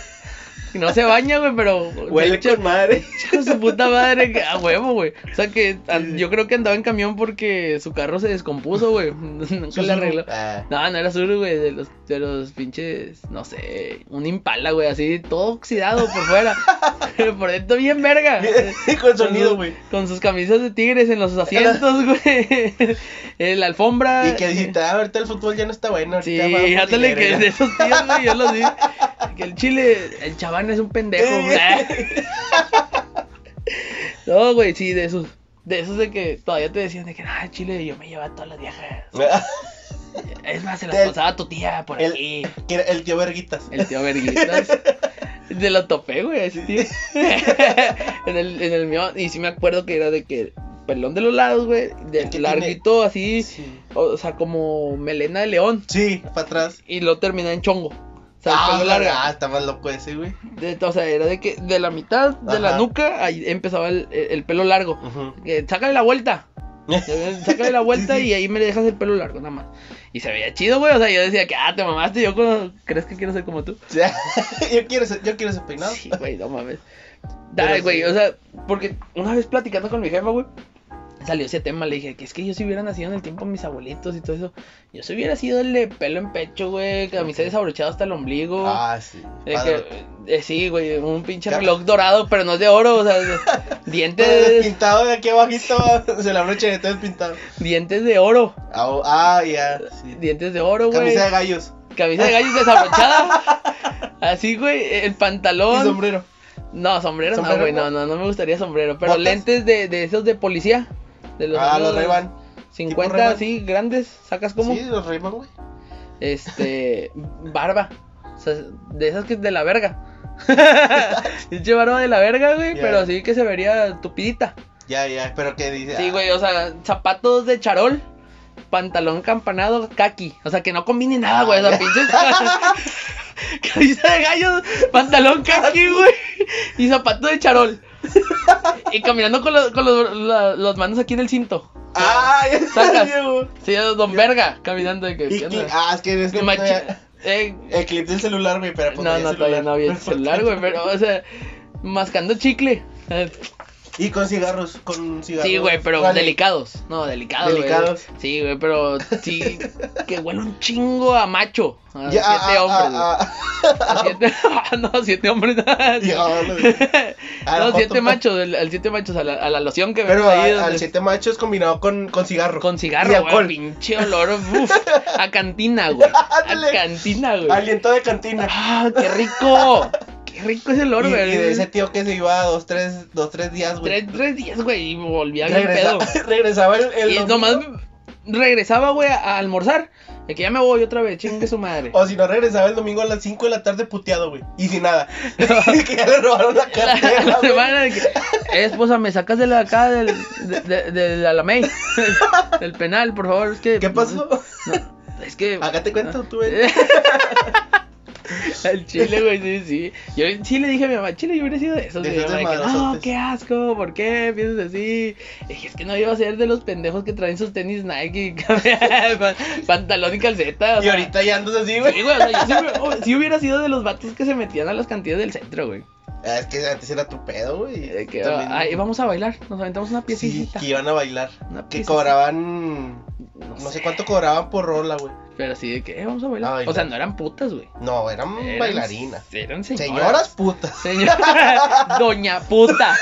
Speaker 1: Y no se baña, güey, pero.
Speaker 2: Huele
Speaker 1: de hecho,
Speaker 2: con madre.
Speaker 1: Con su puta madre, que a huevo, güey. O sea que an- yo creo que andaba en camión porque su carro se descompuso, güey. Nunca le arregló.
Speaker 2: Ah,
Speaker 1: No, no era sur, güey, de los, de los pinches, no sé, un impala, güey, así todo oxidado por fuera. Pero por dentro bien verga.
Speaker 2: con
Speaker 1: Con
Speaker 2: sonido,
Speaker 1: sus-
Speaker 2: güey.
Speaker 1: Con sus camisas de tigres en los asientos, güey. En la alfombra.
Speaker 2: Y que dijiste, ah, ahorita el fútbol ya no está bueno.
Speaker 1: eh. Sí,
Speaker 2: ahorita vamos
Speaker 1: ándale,
Speaker 2: ligero,
Speaker 1: que
Speaker 2: ya.
Speaker 1: de esos tíos, güey, yo los vi. Que el chile, el chaván es un pendejo, güey. No, güey, sí, de esos. De esos de que todavía te decían de que, ah, chile, yo me llevaba a todas las viejas.
Speaker 2: Ah,
Speaker 1: Es más, se las
Speaker 2: Del-
Speaker 1: pasaba a tu tía por
Speaker 2: el-
Speaker 1: aquí.
Speaker 2: Que era el tío Verguitas.
Speaker 1: El tío Verguitas. Te lo topé, güey, a ese tío. en, el, en el mío, y sí me acuerdo que era de que, pelón de los lados, güey, de
Speaker 2: El que
Speaker 1: larguito así,
Speaker 2: Sí.
Speaker 1: o sea, como melena de león.
Speaker 2: Sí, para atrás.
Speaker 1: Y lo termina en chongo. O sea, el
Speaker 2: ah,
Speaker 1: pelo larga.
Speaker 2: ah, está más loco ese, güey.
Speaker 1: De- o sea, era de que de la mitad de la
Speaker 2: Ajá.
Speaker 1: nuca ahí empezaba el, el pelo largo. Eh, sácale la vuelta. Sácale la vuelta
Speaker 2: Sí, sí.
Speaker 1: y ahí me dejas el pelo largo nada más. Y se veía chido, güey. O sea, yo decía que, ah, te mamaste. Yo cuando crees que quiero ser como tú.
Speaker 2: O sea, yo quiero ese, yo quiero ese peinado.
Speaker 1: Sí, güey, no mames.
Speaker 2: Pero
Speaker 1: Dale,
Speaker 2: sí.
Speaker 1: güey, o sea, porque una vez platicando con mi jefa, güey, salió ese tema, le dije que es que yo si hubiera nacido en el tiempo de mis abuelitos y todo eso, yo si hubiera sido el de pelo en pecho, güey, camisa desabrochada hasta el ombligo.
Speaker 2: Ah, sí.
Speaker 1: De
Speaker 2: Padre.
Speaker 1: que, eh, sí, güey, un pinche
Speaker 2: Ya.
Speaker 1: reloj dorado, pero no es de oro, o sea, de-
Speaker 2: Todo
Speaker 1: dientes,
Speaker 2: despintado de aquí abajito, se la brocha de todo despintado.
Speaker 1: dientes de oro,
Speaker 2: Ah, oh, ah, ya. sí.
Speaker 1: dientes de oro, güey,
Speaker 2: Camisa de gallos
Speaker 1: camisa de gallos desabrochada, así, güey, el pantalón,
Speaker 2: y sombrero.
Speaker 1: no, sombrero, no,
Speaker 2: sombrero,
Speaker 1: güey, no, no,
Speaker 2: ¿no?
Speaker 1: no me gustaría sombrero, pero
Speaker 2: ¿Botas?
Speaker 1: lentes de, de esos de policía, de los
Speaker 2: ah, los
Speaker 1: años
Speaker 2: Ray-Ban.
Speaker 1: 50,
Speaker 2: Ray-Ban.
Speaker 1: así, grandes, sacas como,
Speaker 2: Sí, los Ray-Ban, güey.
Speaker 1: este, barba, o sea, de esas que es de la verga. Pinche barba de la verga, güey,
Speaker 2: Ya.
Speaker 1: pero así que se vería tupidita.
Speaker 2: Ya, ya, pero que dice.
Speaker 1: Sí,
Speaker 2: ah,
Speaker 1: güey, o sea, zapatos de charol, pantalón campanado, kaki. O sea, que no combine nada, güey, esa pinche. Camisa de gallo, pantalón kaki, güey, y zapato de charol. Y caminando con, los, con los, la- los manos aquí en el cinto.
Speaker 2: Ah, ya
Speaker 1: Sacas.
Speaker 2: Diego.
Speaker 1: Sí, don Verga, caminando de que.
Speaker 2: Y
Speaker 1: ¿qué
Speaker 2: cli-
Speaker 1: onda?
Speaker 2: ah, es que en este
Speaker 1: Que machi-
Speaker 2: machi...
Speaker 1: eh,
Speaker 2: El clip del celular, güey, pero pues
Speaker 1: no,
Speaker 2: había
Speaker 1: no, todavía no había celular, güey, pero, o sea, mascando chicle.
Speaker 2: Y con cigarros, con cigarros.
Speaker 1: Sí, güey, pero
Speaker 2: Vale.
Speaker 1: delicados. No, delicados. güey.
Speaker 2: Delicados.
Speaker 1: Sí, güey, pero sí. Que huele un chingo a macho. A
Speaker 2: Ya, ah,
Speaker 1: siete
Speaker 2: ah,
Speaker 1: hombres. güey.
Speaker 2: ah,
Speaker 1: A siete- no, siete hombres.
Speaker 2: ah, diablo, güey. A la
Speaker 1: no,
Speaker 2: foto,
Speaker 1: siete
Speaker 2: pa-
Speaker 1: machos. el- Al siete machos, a la, a la loción que
Speaker 2: "Ah, Pero
Speaker 1: venden ahí
Speaker 2: a- al
Speaker 1: donde-
Speaker 2: siete machos combinado con, con cigarro.
Speaker 1: Con
Speaker 2: Y
Speaker 1: cigarro, güey.
Speaker 2: alcohol.
Speaker 1: Pinche olor. uf, a cantina, güey. A
Speaker 2: Ándale.
Speaker 1: cantina, güey.
Speaker 2: Aliento de cantina.
Speaker 1: ¡Ah, qué rico! ¡Qué rico es el olor,
Speaker 2: Y,
Speaker 1: güey!
Speaker 2: y de ese tío que se iba dos, tres, dos, tres días, güey.
Speaker 1: Tres, tres días, güey, y volvía bien pedo.
Speaker 2: Regresa- regresaba el, el
Speaker 1: Y
Speaker 2: domingo.
Speaker 1: nomás regresaba, güey, a almorzar. De que ya me voy otra vez, chingue su madre.
Speaker 2: O si no, regresaba el domingo a las 5 de la tarde puteado, güey. Y sin nada. que ya le robaron la
Speaker 1: La,
Speaker 2: cartera.
Speaker 1: la
Speaker 2: güey.
Speaker 1: semana de que, "Eh, esposa, me sacas de la acá del, de, de- del Alamey, del penal, por favor, es que...
Speaker 2: ¿Qué pasó?
Speaker 1: Es que...
Speaker 2: Acá te cuento, tú, güey.
Speaker 1: Al chile, güey, sí, sí. Yo sí le dije a mi mamá, chile, yo hubiera sido de esos.
Speaker 2: De
Speaker 1: Y mi
Speaker 2: esos
Speaker 1: mamá de que, no,
Speaker 2: desmadrosotes.
Speaker 1: qué asco, ¿por qué piensas así? Le Dije, es que no iba a ser de los pendejos que traen sus tenis Nike, pan- pantalón y calceta. o
Speaker 2: Y
Speaker 1: sea,
Speaker 2: ahorita ya andas así, güey.
Speaker 1: Sí, güey, o sea, yo sí, hubiera- oh, sí hubiera sido de los vatos que se metían a las cantinas del centro, güey.
Speaker 2: Ah, Es que antes era tu pedo, güey.
Speaker 1: De que,
Speaker 2: También-
Speaker 1: "Ay, vamos a bailar, nos aventamos una
Speaker 2: Sí,
Speaker 1: piecita.
Speaker 2: que iban a bailar.
Speaker 1: Una
Speaker 2: Que
Speaker 1: piecita.
Speaker 2: cobraban.
Speaker 1: No
Speaker 2: No
Speaker 1: sé.
Speaker 2: sé cuánto cobraban por rola, güey.
Speaker 1: Pero sí, de que eh, vamos a bailar.
Speaker 2: Ay,
Speaker 1: o sea,
Speaker 2: no. Mm,
Speaker 1: no eran putas, güey.
Speaker 2: No, eran,
Speaker 1: Eran-
Speaker 2: bailarinas.
Speaker 1: Eran
Speaker 2: Señoras
Speaker 1: señoras.
Speaker 2: putas.
Speaker 1: Señora, doña puta.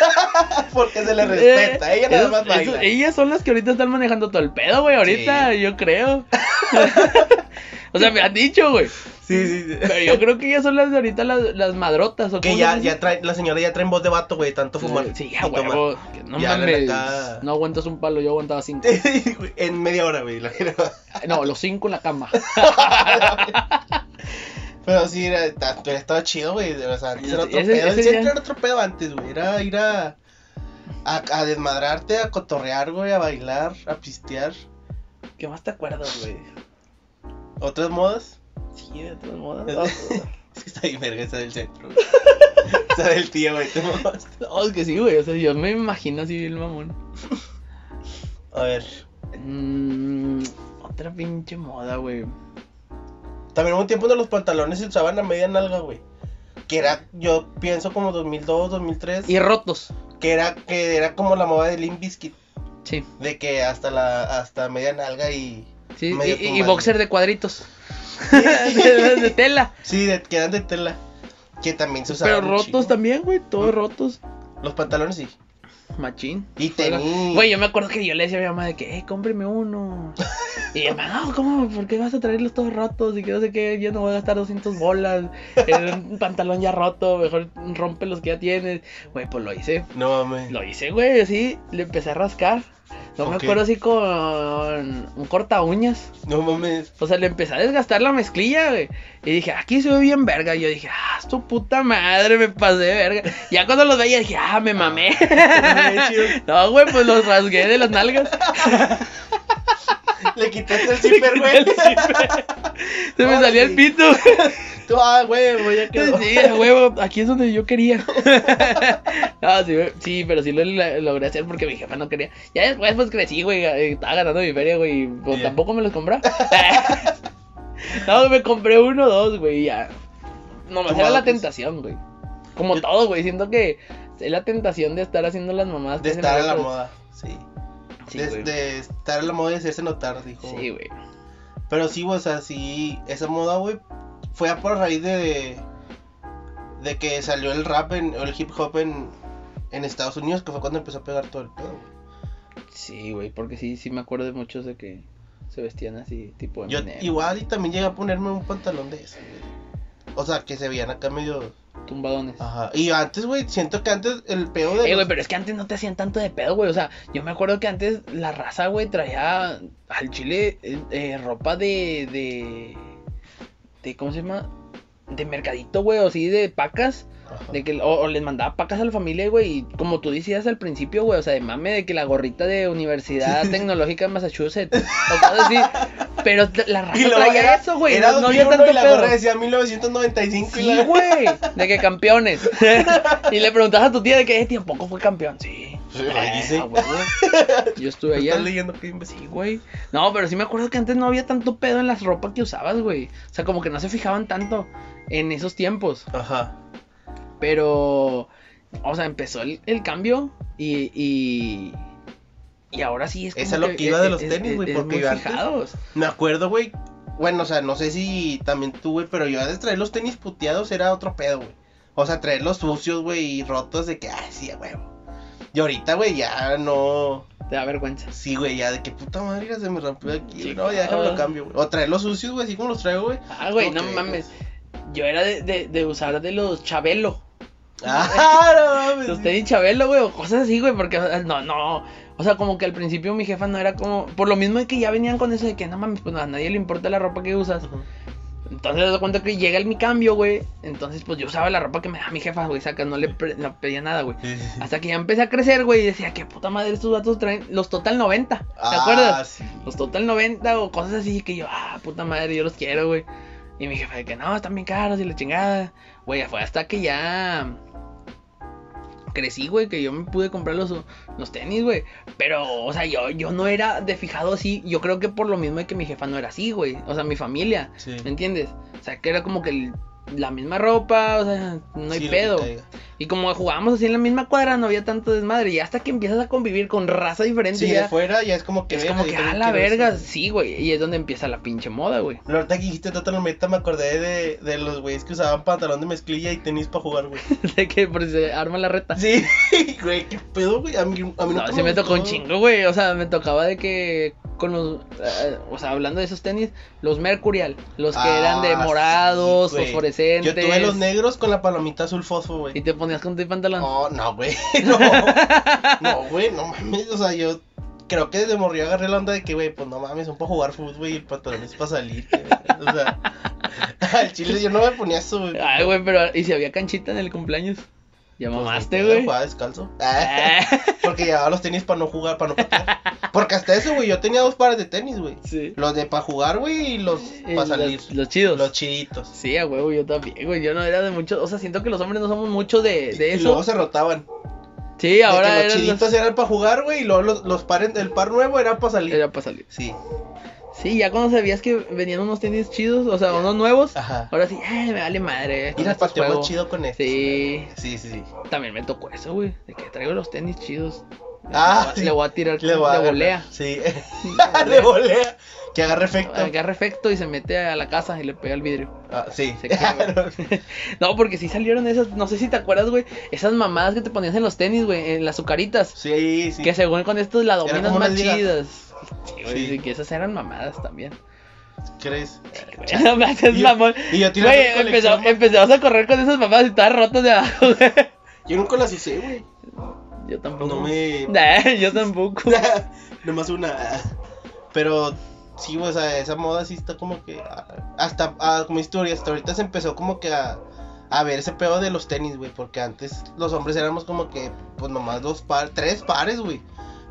Speaker 2: Porque
Speaker 1: Eh,
Speaker 2: se les respeta. Ella nada
Speaker 1: Es-
Speaker 2: más
Speaker 1: es-
Speaker 2: baila.
Speaker 1: ellas son las que ahorita están manejando todo el pedo, güey. Ahorita, yo creo. o sea, me han dicho, güey.
Speaker 2: Sí, sí, sí.
Speaker 1: Pero yo creo que ellas son las de ahorita las, las madrotas. ¿o
Speaker 2: Que
Speaker 1: cómo
Speaker 2: ya,
Speaker 1: se dice?
Speaker 2: ya traen, la señora ya traen voz de vato, güey, tanto fumar.
Speaker 1: Sí,
Speaker 2: y
Speaker 1: a
Speaker 2: tomar.
Speaker 1: huevo. que No
Speaker 2: Ya, la
Speaker 1: mames.
Speaker 2: neta.
Speaker 1: No aguantas un palo, yo aguantaba cinco.
Speaker 2: Güey, en media hora, güey. la neta.
Speaker 1: Ah, No, los cinco en la cama.
Speaker 2: Pero sí, era, ta- pero estaba chido, güey. O sea, antes era otro
Speaker 1: Ese-
Speaker 2: pedo.
Speaker 1: ese
Speaker 2: Siempre
Speaker 1: ya-
Speaker 2: era otro pedo antes, güey. Era ir a, a, a desmadrarte, a cotorrear, güey, a bailar, a pistear.
Speaker 1: ¿Qué más te acuerdas, güey?
Speaker 2: Otras modas.
Speaker 1: Sí, de todas modas.
Speaker 2: Es que está bien verga esa del centro, güey. Esa del tío, güey. te mamaste.
Speaker 1: No, es que sí, güey. O sea, yo me imagino así el mamón.
Speaker 2: A ver.
Speaker 1: Mm, otra pinche moda, güey.
Speaker 2: También hubo un tiempo donde los pantalones se usaban a media nalga, güey. Que era, yo pienso como 2002, 2003.
Speaker 1: Y rotos.
Speaker 2: Que era, que era como la moda de Limp Bizkit.
Speaker 1: Sí.
Speaker 2: De que hasta la hasta media nalga y.
Speaker 1: Sí,
Speaker 2: medio
Speaker 1: y- y, y
Speaker 2: tumbado.
Speaker 1: boxer de cuadritos. de, de tela.
Speaker 2: Sí, de, que eran de tela. Que también se usaban.
Speaker 1: Pero
Speaker 2: un
Speaker 1: rotos
Speaker 2: chingo.
Speaker 1: también, güey. Todos rotos.
Speaker 2: Los pantalones sí.
Speaker 1: Machín.
Speaker 2: Y tenis.
Speaker 1: Güey, yo me acuerdo que yo le decía a mi mamá de que, eh, cómpreme uno. Y mi mamá, no, ¿cómo? ¿Por qué vas a traerlos todos rotos? Y que no sé qué, yo no voy a gastar 200 bolas en un pantalón ya roto, mejor rompe los que ya tienes. Güey, pues lo hice.
Speaker 2: No mames.
Speaker 1: Lo hice, güey, así, le empecé a rascar. No me
Speaker 2: Ok.
Speaker 1: acuerdo así con un corta uñas.
Speaker 2: No mames.
Speaker 1: O sea, le empecé a desgastar la mezclilla, güey. Y dije, aquí se ve bien verga. Y yo dije, ah, tu puta madre, me pasé de verga. Ya cuando los veía dije, ah, me mamé.
Speaker 2: Qué chido.
Speaker 1: No, güey, pues los rasgué de las nalgas.
Speaker 2: Le quitaste el zipper, güey.
Speaker 1: Se me
Speaker 2: Ahora
Speaker 1: salía
Speaker 2: sí.
Speaker 1: el pito.
Speaker 2: Tú, ah, güey, güey, ya quedó.
Speaker 1: Sí, a huevo, aquí es donde yo quería. No, sí, güey, sí, pero sí lo la- logré hacer porque mi jefa no quería. Ya después pues crecí, güey, eh, estaba ganando mi feria, güey, y, pues
Speaker 2: Ya.
Speaker 1: tampoco me los compraba. No, me compré uno o dos, güey, y ya. No, me
Speaker 2: Como
Speaker 1: era la
Speaker 2: adultos.
Speaker 1: tentación, güey. Como
Speaker 2: Yo-
Speaker 1: todo, güey, siento que es la tentación de estar haciendo las mamás.
Speaker 2: De
Speaker 1: que se
Speaker 2: estar a
Speaker 1: me
Speaker 2: la
Speaker 1: ocurren.
Speaker 2: moda. Sí.
Speaker 1: Sí,
Speaker 2: de,
Speaker 1: güey.
Speaker 2: de estar a la moda y hacerse notar, dijo.
Speaker 1: Sí, güey.
Speaker 2: Pero sí, güey, o sea, sí, esa moda, güey, fue a por raíz de. de que salió el rap en, o el hip hop en, en Estados Unidos, que fue cuando empezó a pegar todo el pedo, güey.
Speaker 1: Sí, güey, porque sí, sí me acuerdo de muchos de que se vestían así, tipo
Speaker 2: Yo
Speaker 1: Eminem,
Speaker 2: igual y también llegué a ponerme un pantalón de ese, güey. O sea, que se veían acá medio.
Speaker 1: tumbadones.
Speaker 2: Ajá. Y antes, güey, siento que antes el pedo de.
Speaker 1: Eh, güey,
Speaker 2: los-
Speaker 1: pero es que antes no te hacían tanto de pedo, güey. O sea, yo me acuerdo que antes la raza, güey, traía al chile eh, eh, ropa de, de. de. ¿Cómo se llama? De mercadito, güey, o así de pacas.
Speaker 2: Ajá.
Speaker 1: De que, o, o les mandaba pacas a la familia, güey. Y como tú decías al principio, güey, o sea, de mame de que la gorrita de Universidad Tecnológica de Massachusetts. O cosas así. Pero la raza
Speaker 2: Y luego
Speaker 1: traía
Speaker 2: era-
Speaker 1: eso, güey.
Speaker 2: Era
Speaker 1: No, no había
Speaker 2: 2001
Speaker 1: tanto
Speaker 2: y la
Speaker 1: pedo.
Speaker 2: gorra decía 1995 y
Speaker 1: Sí,
Speaker 2: la...
Speaker 1: güey. De que campeones. y le preguntabas a tu tía de que, eh, tío, poco fue campeón. Sí.
Speaker 2: Sí, ahí sí.
Speaker 1: a huevo. Yo estuve allá.
Speaker 2: Estás leyendo que imbécil.
Speaker 1: Sí, güey. No, pero sí me acuerdo que antes no había tanto pedo en las ropas que usabas, güey. O sea, como que no se fijaban tanto en esos tiempos.
Speaker 2: Ajá.
Speaker 1: Pero, o sea, empezó el, el cambio y, y. y ahora sí es como
Speaker 2: Esa es lo que iba de los tenis, güey,
Speaker 1: es
Speaker 2: porque
Speaker 1: muy
Speaker 2: yo antes-
Speaker 1: fijados.
Speaker 2: Me acuerdo, güey. Bueno, o sea, no sé si también tú, güey, pero yo antes traer los tenis puteados era otro pedo, güey. O sea, traer los sucios, güey, y rotos de que, ah, sí, a huevo. Y ahorita, güey, ya no.
Speaker 1: Te da vergüenza.
Speaker 2: Sí, güey, ya de que puta madre ya se me rompió aquí.
Speaker 1: Sí, ah.
Speaker 2: no, ya
Speaker 1: claro.
Speaker 2: déjame lo cambio, güey. O traer los sucios, güey, así como los traigo, güey.
Speaker 1: Ah, güey, no
Speaker 2: Ok.
Speaker 1: mames. Yo era de, de- de usar de los Chabelo.
Speaker 2: Ah, no
Speaker 1: Los
Speaker 2: mames.
Speaker 1: tenis Chabelo, güey, o cosas así, güey, porque o sea, no, no. O sea, como que al principio mi jefa no era como. Por lo mismo de que ya venían con eso de que no mames, pues a nadie le importa la ropa que usas.
Speaker 2: Ujú.
Speaker 1: Entonces, te das cuenta que llega el mi cambio, güey. Entonces, pues yo usaba la ropa que me da mi jefa, güey. Saca, no le pre- no pedía nada, güey.
Speaker 2: Sí, sí, sí.
Speaker 1: Hasta que ya empecé a crecer, güey, y decía, qué puta madre, estos datos traen los Total 90, ¿te
Speaker 2: Ah,
Speaker 1: acuerdas?
Speaker 2: sí.
Speaker 1: Los Pues Total 90 o cosas así que yo, ah, puta madre, yo los quiero, güey. Y mi jefa de que no, están bien caros y la chingada. Güey, ya fue hasta que ya crecí, güey, que yo me pude comprar los, los tenis, güey. Pero, o sea, yo, yo no era de fijado así. Yo creo que por lo mismo de que mi jefa no era así, güey. O sea, mi familia,
Speaker 2: Sí.
Speaker 1: ¿me entiendes? O sea, que era como que el- la misma ropa, o sea, no hay
Speaker 2: Sí, lo que
Speaker 1: pedo.
Speaker 2: caiga.
Speaker 1: Y como jugábamos así en la misma cuadra, no había tanto desmadre. Y hasta que empiezas a convivir con raza diferente,
Speaker 2: Sí, de
Speaker 1: ya
Speaker 2: fuera ya es como que.
Speaker 1: es
Speaker 2: verga,
Speaker 1: como
Speaker 2: yo
Speaker 1: que a
Speaker 2: también
Speaker 1: la
Speaker 2: quiero eso".
Speaker 1: verga. Sí, güey. Y es donde empieza la pinche moda, güey.
Speaker 2: La verdad que dijiste Total Meta, me acordé de, de los güeyes que usaban pantalón de mezclilla y tenis para jugar, güey.
Speaker 1: De que por si se arma la reta.
Speaker 2: Sí, güey, qué pedo, güey. A mí, a mí
Speaker 1: no,
Speaker 2: nunca
Speaker 1: sí me tocó un
Speaker 2: gustó.
Speaker 1: chingo, güey. O sea, me tocaba de que con los. eh, o sea, hablando de esos tenis, los Mercurial. Los que eran de
Speaker 2: Ah, sí,
Speaker 1: morados,
Speaker 2: güey.
Speaker 1: fosforescentes.
Speaker 2: Yo tuve los negros con la palomita azul fosfo,
Speaker 1: Y
Speaker 2: güey.
Speaker 1: te ponías con tu pantalón.
Speaker 2: No, no, güey. No, no, güey, no mames. O sea, yo creo que desde morrió agarré la onda de que, güey, pues no mames, son para jugar fútbol güey, y el pantalón es para salir. güey. O sea, al chile yo no me ponía eso, güey.
Speaker 1: Ay, güey, pero. ¿Y si había canchita en el cumpleaños? Ya
Speaker 2: Pues,
Speaker 1: mamaste,
Speaker 2: ni pedo,
Speaker 1: güey.
Speaker 2: Jugaba descalzo.
Speaker 1: Ah,
Speaker 2: Porque llevaba los tenis para no jugar, para no patear. Porque hasta eso, güey, yo tenía dos pares de tenis, güey.
Speaker 1: sí.
Speaker 2: Los de para jugar, güey, y los
Speaker 1: Eh,
Speaker 2: para salir.
Speaker 1: Los, los chidos.
Speaker 2: Los chiditos.
Speaker 1: Sí, a huevo, yo también, güey. Yo no era de muchos. O sea, siento que los hombres no somos mucho de, de
Speaker 2: Y luego
Speaker 1: eso.
Speaker 2: se rotaban.
Speaker 1: Sí,
Speaker 2: Ahora
Speaker 1: ahora
Speaker 2: los
Speaker 1: eran
Speaker 2: chiditos
Speaker 1: los-
Speaker 2: eran para jugar, güey, y luego los, los pares del par nuevo eran para salir.
Speaker 1: Era para salir.
Speaker 2: Sí.
Speaker 1: Sí, ya cuando sabías que venían unos tenis chidos, o sea, unos nuevos.
Speaker 2: Ajá.
Speaker 1: Ahora sí, eh, me vale madre.
Speaker 2: Y
Speaker 1: con
Speaker 2: las
Speaker 1: estos
Speaker 2: pateó
Speaker 1: juego.
Speaker 2: más chido este con esto.
Speaker 1: Sí,
Speaker 2: Sí, sí, sí.
Speaker 1: también me tocó eso, güey. De que traigo los tenis chidos.
Speaker 2: Ah,
Speaker 1: le,
Speaker 2: sí.
Speaker 1: voy a tirar
Speaker 2: Le va a Ah,
Speaker 1: de
Speaker 2: ganar.
Speaker 1: volea.
Speaker 2: Sí. Le volea. Que agarre efecto.
Speaker 1: Agarra efecto y se mete a la casa y le pega el vidrio.
Speaker 2: Ah, sí.
Speaker 1: Se quema. no, porque sí salieron esas, no sé si te acuerdas, güey, esas mamadas que te ponías en los tenis, güey, en las azucaritas.
Speaker 2: Sí, sí.
Speaker 1: Que según con estos la dominas
Speaker 2: como
Speaker 1: más
Speaker 2: unas ligas.
Speaker 1: chidas. Sí, güey,
Speaker 2: Sí.
Speaker 1: y que esas eran mamadas también.
Speaker 2: ¿Crees?
Speaker 1: Güey, no me haces
Speaker 2: Y yo-
Speaker 1: mamón.
Speaker 2: Y yo tiraba
Speaker 1: Güey,
Speaker 2: mi
Speaker 1: empezó-
Speaker 2: colección.
Speaker 1: empezamos a correr con esas mamadas y todas rotas de abajo, güey.
Speaker 2: Yo nunca las usé, güey.
Speaker 1: Yo tampoco.
Speaker 2: No me.
Speaker 1: Nah, yo tampoco.
Speaker 2: Nomás una. Pero sí, güey, o sea, esa moda sí está como que. ah, Hasta, ah, como historia, hasta ahorita se empezó como que a, a ver ese pedo de los tenis, güey. Porque antes los hombres éramos como que, pues nomás dos pares, tres pares, güey.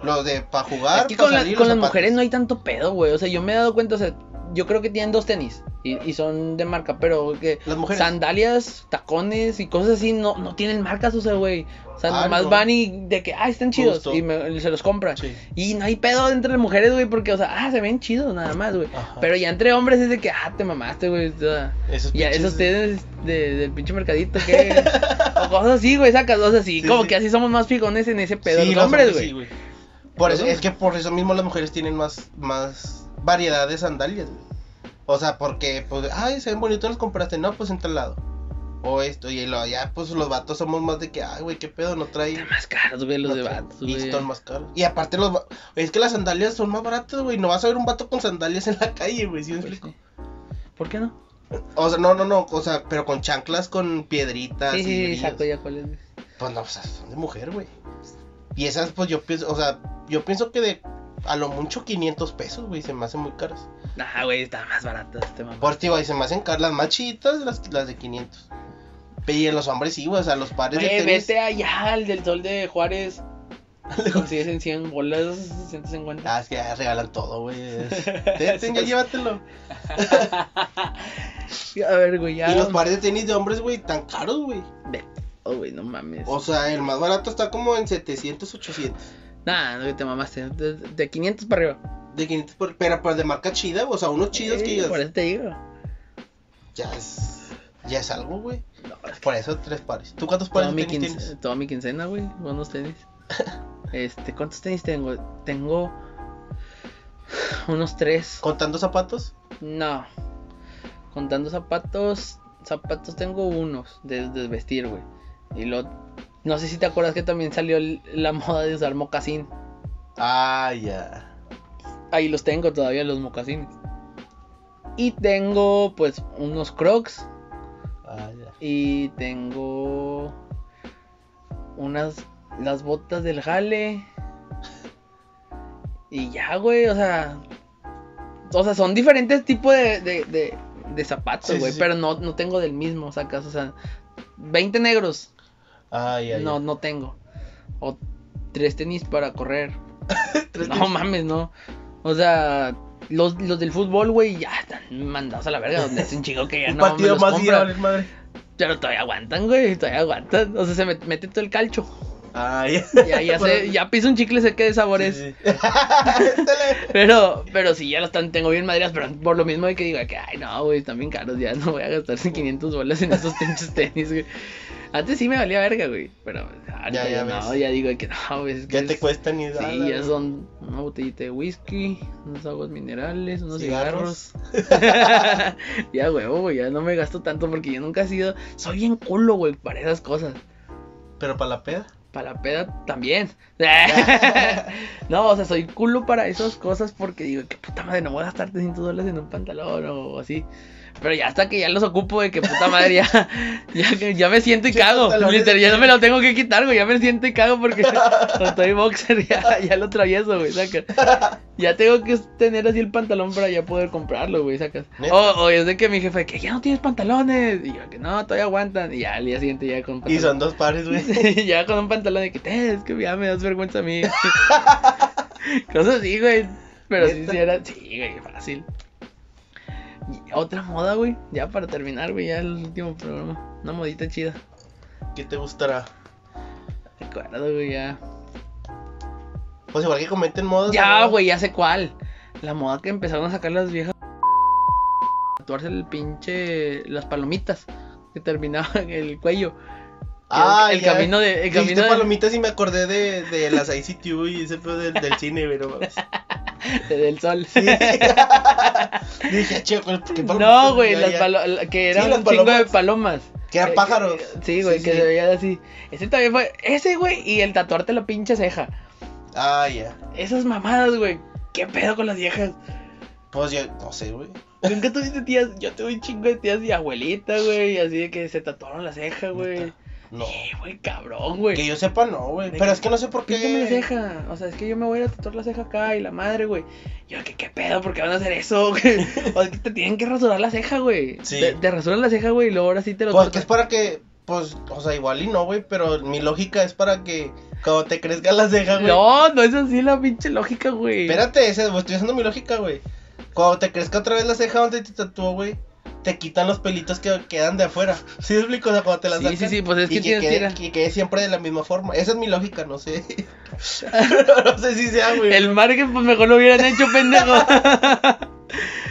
Speaker 2: Los de para jugar.
Speaker 1: Es que
Speaker 2: pa'
Speaker 1: con, la-
Speaker 2: salir,
Speaker 1: con
Speaker 2: los
Speaker 1: las
Speaker 2: zapatos.
Speaker 1: mujeres no hay tanto pedo, güey. O sea, yo me he dado cuenta, o sea, yo creo que tienen dos tenis y, y son de marca, pero que
Speaker 2: Las mujeres.
Speaker 1: sandalias, tacones y cosas así no, no tienen marcas, o sea, güey. O sea,
Speaker 2: Ah,
Speaker 1: nomás
Speaker 2: no.
Speaker 1: van y de que, ah, están chidos
Speaker 2: Justo.
Speaker 1: y, me- y se los compran.
Speaker 2: Sí.
Speaker 1: Y no hay pedo entre las mujeres, güey, porque, o sea, ah, se ven chidos nada más, güey.
Speaker 2: Ajá.
Speaker 1: Pero ya entre hombres es de que, ah, te mamaste, güey. o sea,
Speaker 2: Esos
Speaker 1: Ya,
Speaker 2: pinches-
Speaker 1: esos tenis de- del pinche mercadito que. o cosas así, güey, sacas cosas así.
Speaker 2: Sí,
Speaker 1: como
Speaker 2: sí.
Speaker 1: que así somos más figones en ese pedo.
Speaker 2: Sí,
Speaker 1: los hombres,
Speaker 2: sí,
Speaker 1: güey.
Speaker 2: Por
Speaker 1: Los
Speaker 2: eso, es que por eso mismo las mujeres tienen más, más variedad de sandalias, güey. O sea, porque, pues, ay, se ven bonitos, los compraste. No, pues en tal lado. O esto, y lo, ya, pues los vatos somos más de que, ay, güey, qué pedo, no trae.
Speaker 1: Están más caros, güey, los
Speaker 2: no
Speaker 1: de
Speaker 2: trae-
Speaker 1: vatos,
Speaker 2: Y
Speaker 1: güey.
Speaker 2: están más caros. Y aparte, los va- es que las sandalias son más baratas, güey. No vas a ver un vato con sandalias en la calle, güey, ¿sí me
Speaker 1: Pues
Speaker 2: explico?
Speaker 1: sí. ¿Por qué no?
Speaker 2: O sea, no, no, no, o sea, pero con chanclas, con piedritas.
Speaker 1: sí,
Speaker 2: y
Speaker 1: sí, sí,
Speaker 2: brillos.
Speaker 1: saco ya cuál es.
Speaker 2: Pues no, o sea, son de mujer, güey. Y esas, pues yo pienso, o sea, yo pienso que de a lo mucho 500 pesos, güey, se me hacen muy caras. Pues,
Speaker 1: Nah, güey, está Ah, más barato este mamá.
Speaker 2: Por ti, güey, se me hacen caras las más chiditas, las, las de 500. Y en los hombres sí, güey, o sea, los pares
Speaker 1: Güey,
Speaker 2: de tenis.
Speaker 1: vete allá, el del sol de Juárez. Le consigues 100 bolas, 150.
Speaker 2: Ah, es que ya regalan todo, güey. es- Ten,
Speaker 1: Pues,
Speaker 2: ten, ya llévatelo.
Speaker 1: A ver, güey, ya.
Speaker 2: Ah. Y los pares de tenis de hombres, güey, tan caros, güey.
Speaker 1: Oh, güey, no mames.
Speaker 2: O sea, el más barato está como en 700, 800.
Speaker 1: Nah, no que te mamaste. De, de 500 para arriba.
Speaker 2: De 500 por- pero pues de marca chida, güey, o sea, unos chidos
Speaker 1: Eh,
Speaker 2: que digas,
Speaker 1: Por eso te digo.
Speaker 2: ya es ya es algo, güey.
Speaker 1: No,
Speaker 2: Por eso tres pares. ¿Tú cuántos
Speaker 1: toda
Speaker 2: pares de
Speaker 1: mi,
Speaker 2: tenis
Speaker 1: quince-
Speaker 2: tienes?
Speaker 1: toda mi quincena, güey. Buenos tenis. este, ¿cuántos tenis tengo? Tengo. Unos tres.
Speaker 2: ¿Contando zapatos?
Speaker 1: No. Contando zapatos, zapatos tengo unos de, de vestir, güey. Y lo no sé si te acuerdas que también salió el- la moda de usar mocasín.
Speaker 2: Ah, ya.
Speaker 1: Ahí los tengo todavía los mocasines. Y tengo pues unos Crocs
Speaker 2: Ah, ya.
Speaker 1: y tengo unas las botas del jale. Y ya, güey, o sea, o sea, son diferentes tipos de, de, de- de
Speaker 2: Sí,
Speaker 1: zapatos,
Speaker 2: sí,
Speaker 1: güey,
Speaker 2: sí.
Speaker 1: pero no, no tengo del mismo, sacas, o sea, 20 negros,
Speaker 2: Ah, ya. ya.
Speaker 1: no, no tengo. O tres tenis para correr.
Speaker 2: Tres
Speaker 1: no
Speaker 2: tenis.
Speaker 1: mames, no. O sea, los, los del fútbol, güey, ya están mandados a la verga, donde es un chico que ya
Speaker 2: Un
Speaker 1: no me
Speaker 2: partido
Speaker 1: los
Speaker 2: más y
Speaker 1: compra.
Speaker 2: vale madre.
Speaker 1: Pero todavía aguantan, güey, todavía aguantan. O sea, se met- mete todo el calcho.
Speaker 2: Ah, ya.
Speaker 1: Ya, ya,
Speaker 2: Por-
Speaker 1: sé, ya piso un chicle, sé qué de sabores.
Speaker 2: Sí, sí. Ándale.
Speaker 1: Pero, pero sí, ya las tan- tengo bien madreadas, pero por lo mismo de que diga que, ay, no, güey, están bien caros, ya no voy a gastar 500 bolas en esos pinches tenis, güey. Antes sí me valía verga, güey, pero ahorita
Speaker 2: Ya, ya
Speaker 1: ya, no,
Speaker 2: ves.
Speaker 1: ya digo que no, güey, es que
Speaker 2: Ya te
Speaker 1: es-
Speaker 2: cuestan y
Speaker 1: Sí, ya son una botellita de whisky, unas aguas minerales, unos
Speaker 2: Cigarros.
Speaker 1: cigarros. ya, huevo, güey, ya no me gasto tanto porque yo nunca he sido. Soy bien culo, güey, para esas cosas.
Speaker 2: Pero para la peda.
Speaker 1: Para la peda también. no, o sea, soy culo para esas cosas porque digo, qué puta madre, no voy a gastar 300 dólares en un pantalón o así. Pero ya hasta que ya los ocupo de que puta madre, ya, ya, que- ya me siento y
Speaker 2: Sí,
Speaker 1: cago.
Speaker 2: pantalones
Speaker 1: Literal,
Speaker 2: de
Speaker 1: ya
Speaker 2: piel.
Speaker 1: me lo tengo que quitar, güey. Ya me siento y cago porque estoy boxer, ya, ya lo travieso, güey. Saca. Ya tengo que tener así el pantalón para ya poder comprarlo, güey, sacas.
Speaker 2: ¿Neta?
Speaker 1: O, o es de que mi jefe, que ya no tienes pantalones. Y yo, que no, todavía aguantan. Y ya al día siguiente ya con
Speaker 2: Y
Speaker 1: pantalones.
Speaker 2: son dos pares, güey.
Speaker 1: Sí, ya con un pantalón de que "Eh, es que ya me das vergüenza a mí. Cosas así, güey. Pero sí,
Speaker 2: ¿Neta?
Speaker 1: sí era. Sí, güey, fácil. Y otra moda, güey. Ya para terminar, güey, ya el último programa. Una modita chida.
Speaker 2: ¿Qué te gustará?
Speaker 1: De acuerdo, güey, ya.
Speaker 2: Pues igual que comenten modas.
Speaker 1: Ya,
Speaker 2: ¿no?
Speaker 1: güey, ya sé cuál. La moda que empezaron a sacar las viejas. Tatuarse el pinche. Las palomitas. Que terminaban el cuello.
Speaker 2: Ah,
Speaker 1: el, el
Speaker 2: ya.
Speaker 1: camino de. El
Speaker 2: Dijiste
Speaker 1: camino de-
Speaker 2: palomitas y me acordé de, de las ICTV y ese pedo del, del cine, güey, no mames.
Speaker 1: del sol.
Speaker 2: Dije, che, güey, ¿por qué palomitas?
Speaker 1: No, güey,
Speaker 2: Ya,
Speaker 1: las
Speaker 2: ya.
Speaker 1: palo- la- que eran
Speaker 2: Sí, las
Speaker 1: un chingo de
Speaker 2: palomas.
Speaker 1: palomas.
Speaker 2: Que eran
Speaker 1: Eh,
Speaker 2: pájaros.
Speaker 1: que- sí, güey,
Speaker 2: Sí,
Speaker 1: que
Speaker 2: sí.
Speaker 1: se veía así. Ese también fue. Ese, güey, y el tatuarte la pinche ceja.
Speaker 2: Ah, ya.
Speaker 1: Esas mamadas, güey. ¿Qué pedo con las viejas?
Speaker 2: Pues yo, no sé, güey.
Speaker 1: Nunca tuviste tías. Yo tuve un chingo de tías y abuelita, güey. Así de que se tatuaron la ceja, güey.
Speaker 2: No.
Speaker 1: Eh, güey, cabrón, güey.
Speaker 2: Que yo sepa, no, güey.
Speaker 1: De que-
Speaker 2: Pero es que no sé por
Speaker 1: Píntame la
Speaker 2: qué.
Speaker 1: ceja. O sea, es que yo me voy a ir a tatuar la ceja acá y la madre, güey. Yo, ¿qué, qué pedo? ¿Por qué van a hacer eso? o sea, que te tienen que rasurar la ceja, güey.
Speaker 2: Sí.
Speaker 1: Te, te rasuran la ceja, güey, y luego ahora sí te lo
Speaker 2: Porque es
Speaker 1: tatuas.
Speaker 2: para Pues, que, pues, o sea, igual y no, güey. Pero mi lógica es para que cuando te crezca la ceja, güey.
Speaker 1: No, no es así la pinche lógica, güey.
Speaker 2: Espérate, ese, güey, estoy usando mi lógica, güey. Cuando te crezca otra vez la ceja donde te tatuó, güey, te quitan los pelitos que quedan de afuera. ¿Sí me explico? O sea, cuando te las
Speaker 1: Sí,
Speaker 2: sacan.
Speaker 1: sí, sí, pues es
Speaker 2: y
Speaker 1: que tienes que ir
Speaker 2: quede,
Speaker 1: a-
Speaker 2: que quede siempre de la misma forma. Esa es mi lógica, no sé. no sé si sea, güey.
Speaker 1: El margen, pues mejor lo hubieran hecho, pendejo.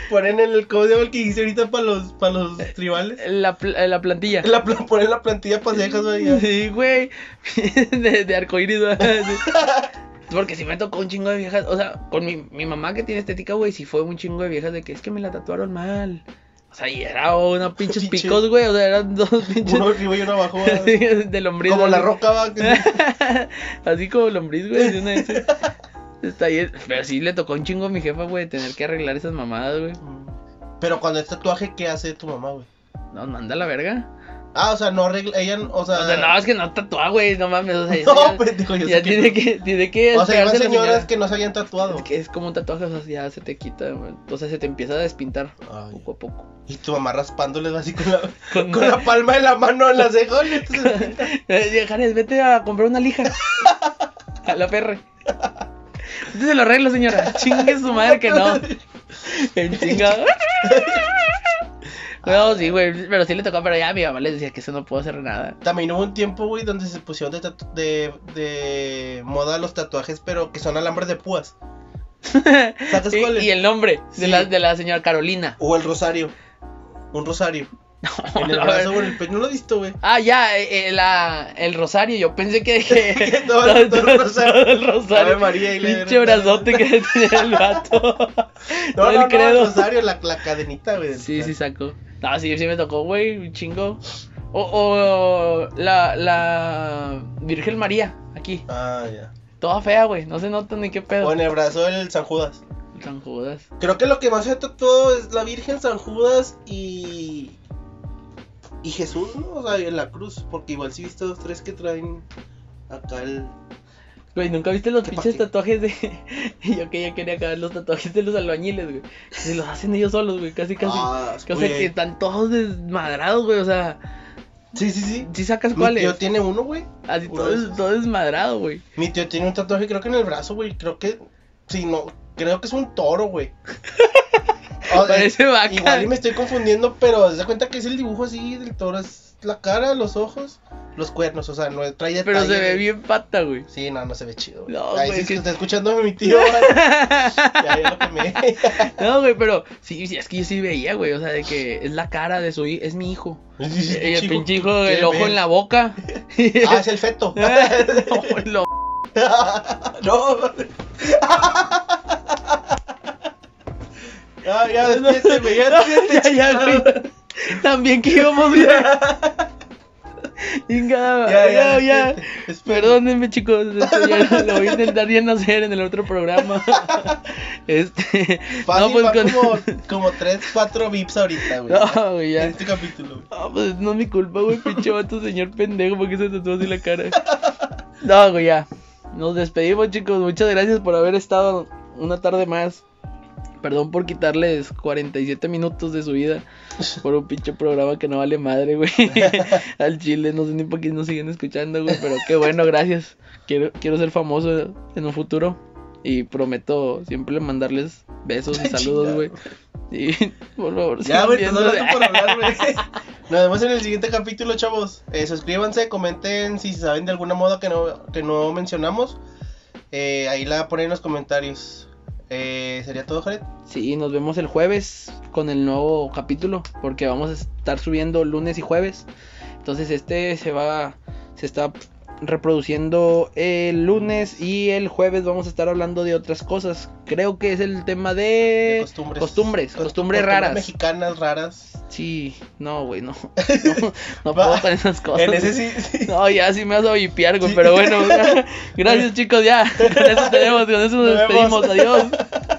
Speaker 2: Ponen el código el que hice ahorita para los, para los tribales.
Speaker 1: la, pl- la plantilla.
Speaker 2: La, pla- ponen la plantilla para cejas, güey. ya.
Speaker 1: Sí, güey. De, de arcoíris, güey. Sí. Porque si me tocó un chingo de viejas. O sea, con mi, mi mamá que tiene estética, güey, si fue un chingo de viejas de que es que me la tatuaron mal. O sea, y era una pinches
Speaker 2: Pinche-
Speaker 1: picos, güey. O sea, eran dos pinches.
Speaker 2: Uno arriba y uno abajo.
Speaker 1: sí,
Speaker 2: güey.
Speaker 1: de lombriz.
Speaker 2: Como la
Speaker 1: así.
Speaker 2: roca, va. que-
Speaker 1: Así como lombriz, güey. de una de esas. Está ahí. Pero sí le tocó un chingo a mi jefa, güey, tener que arreglar esas mamadas, güey.
Speaker 2: Pero cuando es tatuaje, ¿qué hace tu mamá, güey?
Speaker 1: Nos manda a la verga.
Speaker 2: Ah, o sea, no arregla. Ella, o sea.
Speaker 1: O sea, no, es que no tatúa, güey, no mames. O sea, esa
Speaker 2: Ah. No,
Speaker 1: ya,
Speaker 2: pendejo, yo
Speaker 1: ya
Speaker 2: sé
Speaker 1: tiene que, tiene que
Speaker 2: O sea, iban
Speaker 1: esperarse la
Speaker 2: señoras
Speaker 1: señora.
Speaker 2: que no se habían tatuado.
Speaker 1: Es que es como un tatuaje, o sea, ya se te quita, güey. o sea, se te empieza a despintar
Speaker 2: Ay,
Speaker 1: poco a poco.
Speaker 2: y tu mamá raspándoles así con la, con la palma de la mano en las cejones.
Speaker 1: Eh, Jared, vete a comprar una lija. A la perre. Usted se lo arreglo, señora. Chingue su madre que no. En chingado. No, sí, güey. Pero sí le tocó, pero ya mi mamá les decía que eso no puedo hacer nada.
Speaker 2: También hubo un tiempo, güey, donde se pusieron de, tatu- de, de moda los tatuajes, pero que son alambres de púas. ¿Sabes
Speaker 1: Y,
Speaker 2: cuáles?
Speaker 1: y el nombre de,
Speaker 2: Sí.
Speaker 1: la, de la señora Carolina.
Speaker 2: O el rosario. Un rosario. En el
Speaker 1: No,
Speaker 2: brazo o en el pecho. No lo he visto, güey.
Speaker 1: Ah, ya, eh, eh, la- el rosario. Yo pensé que. que
Speaker 2: No, no, todo el rosario.
Speaker 1: todo el rosario.
Speaker 2: Ave María y la-
Speaker 1: Pinche brazote que tenía el vato.
Speaker 2: No,
Speaker 1: Todo el
Speaker 2: no, no, el
Speaker 1: credo.
Speaker 2: rosario, la, la cadenita, güey. del
Speaker 1: Sí, sí
Speaker 2: rosario.
Speaker 1: sacó. No, sí, sí me tocó, güey, un chingo. O, o la, la Virgen María, aquí.
Speaker 2: Ah, ya.
Speaker 1: Toda fea, güey. No se nota ni qué pedo.
Speaker 2: O en el brazo del San Judas.
Speaker 1: San Judas.
Speaker 2: Creo que lo que más se tatuó es la Virgen, San Judas y. Y Jesús, ¿no? O sea, en la cruz. Porque igual sí viste dos, tres que traen acá el.
Speaker 1: Güey, ¿nunca viste los
Speaker 2: ¿Qué
Speaker 1: pinches
Speaker 2: pa' qué?
Speaker 1: tatuajes de... Yo que ya quería acabar los tatuajes de los albañiles, güey. Se los hacen ellos solos, güey, casi, casi.
Speaker 2: Ah,
Speaker 1: o sea, que
Speaker 2: güey.
Speaker 1: están todos desmadrados, güey. O sea,
Speaker 2: Sí, sí, sí.
Speaker 1: si sacas
Speaker 2: Mi tío
Speaker 1: cuáles.
Speaker 2: tiene uno, güey.
Speaker 1: Así
Speaker 2: uno
Speaker 1: todo,
Speaker 2: de
Speaker 1: des-
Speaker 2: esos.
Speaker 1: todo desmadrado, güey.
Speaker 2: Mi tío tiene un tatuaje, creo que en el brazo, güey. Creo que. Sí, no. Creo que es un toro, güey. O sea,
Speaker 1: Parece vaca.
Speaker 2: Igual y me estoy confundiendo, pero se da cuenta que es el dibujo así del toro. Es la cara, los ojos, los cuernos. O sea, no trae detalle.
Speaker 1: Pero se ve
Speaker 2: güey.
Speaker 1: bien pata, güey.
Speaker 2: Sí, no, no se ve chido. güey.
Speaker 1: No,
Speaker 2: Ahí
Speaker 1: güey,
Speaker 2: sí es que
Speaker 1: que-
Speaker 2: está escuchando mi tío. ya veo lo que me.
Speaker 1: No, güey, pero sí, sí, es que yo sí veía, güey, o sea, de que es la cara de su hijo, es mi hijo. Y el
Speaker 2: Chico,
Speaker 1: pinche hijo,
Speaker 2: ¿qué
Speaker 1: el ojo
Speaker 2: ves?
Speaker 1: en la boca.
Speaker 2: Ah, es el feto.
Speaker 1: El ojo en la-
Speaker 2: no. ya, ya, despiérteme, ya, despiérteme,
Speaker 1: Ya, ya, güey. También que íbamos bien. Chingada,
Speaker 2: Ya, ya,
Speaker 1: ya, ya.
Speaker 2: despiérteme.
Speaker 1: Perdónenme, chicos. esto ya lo voy a intentar ya no hacer en el otro programa. Este.
Speaker 2: Fácil,
Speaker 1: no,
Speaker 2: va
Speaker 1: pues con.
Speaker 2: como, como 3, 4 vips ahorita, güey.
Speaker 1: No, güey,
Speaker 2: En
Speaker 1: ya.
Speaker 2: este capítulo, güey.
Speaker 1: Ah, pues no es mi culpa, güey, pinche vato, señor pendejo, porque se tatuó así la cara. No, güey, ya. Nos despedimos, chicos. Muchas gracias por haber estado una tarde más. Perdón por quitarles 47 minutos de su vida por un pinche programa que no vale madre, güey. Al chile, no sé ni por qué nos siguen escuchando, güey, pero qué bueno, gracias. Quiero, quiero ser famoso en un futuro y prometo siempre mandarles besos y saludos, güey. Y por favor,
Speaker 2: Ya,
Speaker 1: sigan
Speaker 2: güey, pues, te
Speaker 1: viendo-
Speaker 2: doy por hablar, güey. Nos vemos en el siguiente capítulo, chavos. Eh, suscríbanse, comenten si saben de alguna moda que no, que no mencionamos. Eh, ahí la ponen en los comentarios. Eh, ¿Sería todo, Jared?
Speaker 1: Sí, nos vemos el jueves con el nuevo capítulo, porque vamos a estar subiendo lunes y jueves. Entonces este se va, se está reproduciendo el lunes y el jueves vamos a estar hablando de otras cosas. Creo que es el tema de...
Speaker 2: De costumbres.
Speaker 1: Eh, costumbres,
Speaker 2: Cost-
Speaker 1: costumbres raras.
Speaker 2: Mexicanas raras.
Speaker 1: Sí, no, güey, no. No, no puedo con esas cosas.
Speaker 2: En ese sí. sí.
Speaker 1: No, ya sí me vas a vipiar, güey,
Speaker 2: Sí.
Speaker 1: pero bueno. Gracias, chicos, ya. Con eso tenemos, con eso nos
Speaker 2: Nos vemos.
Speaker 1: despedimos. Adiós.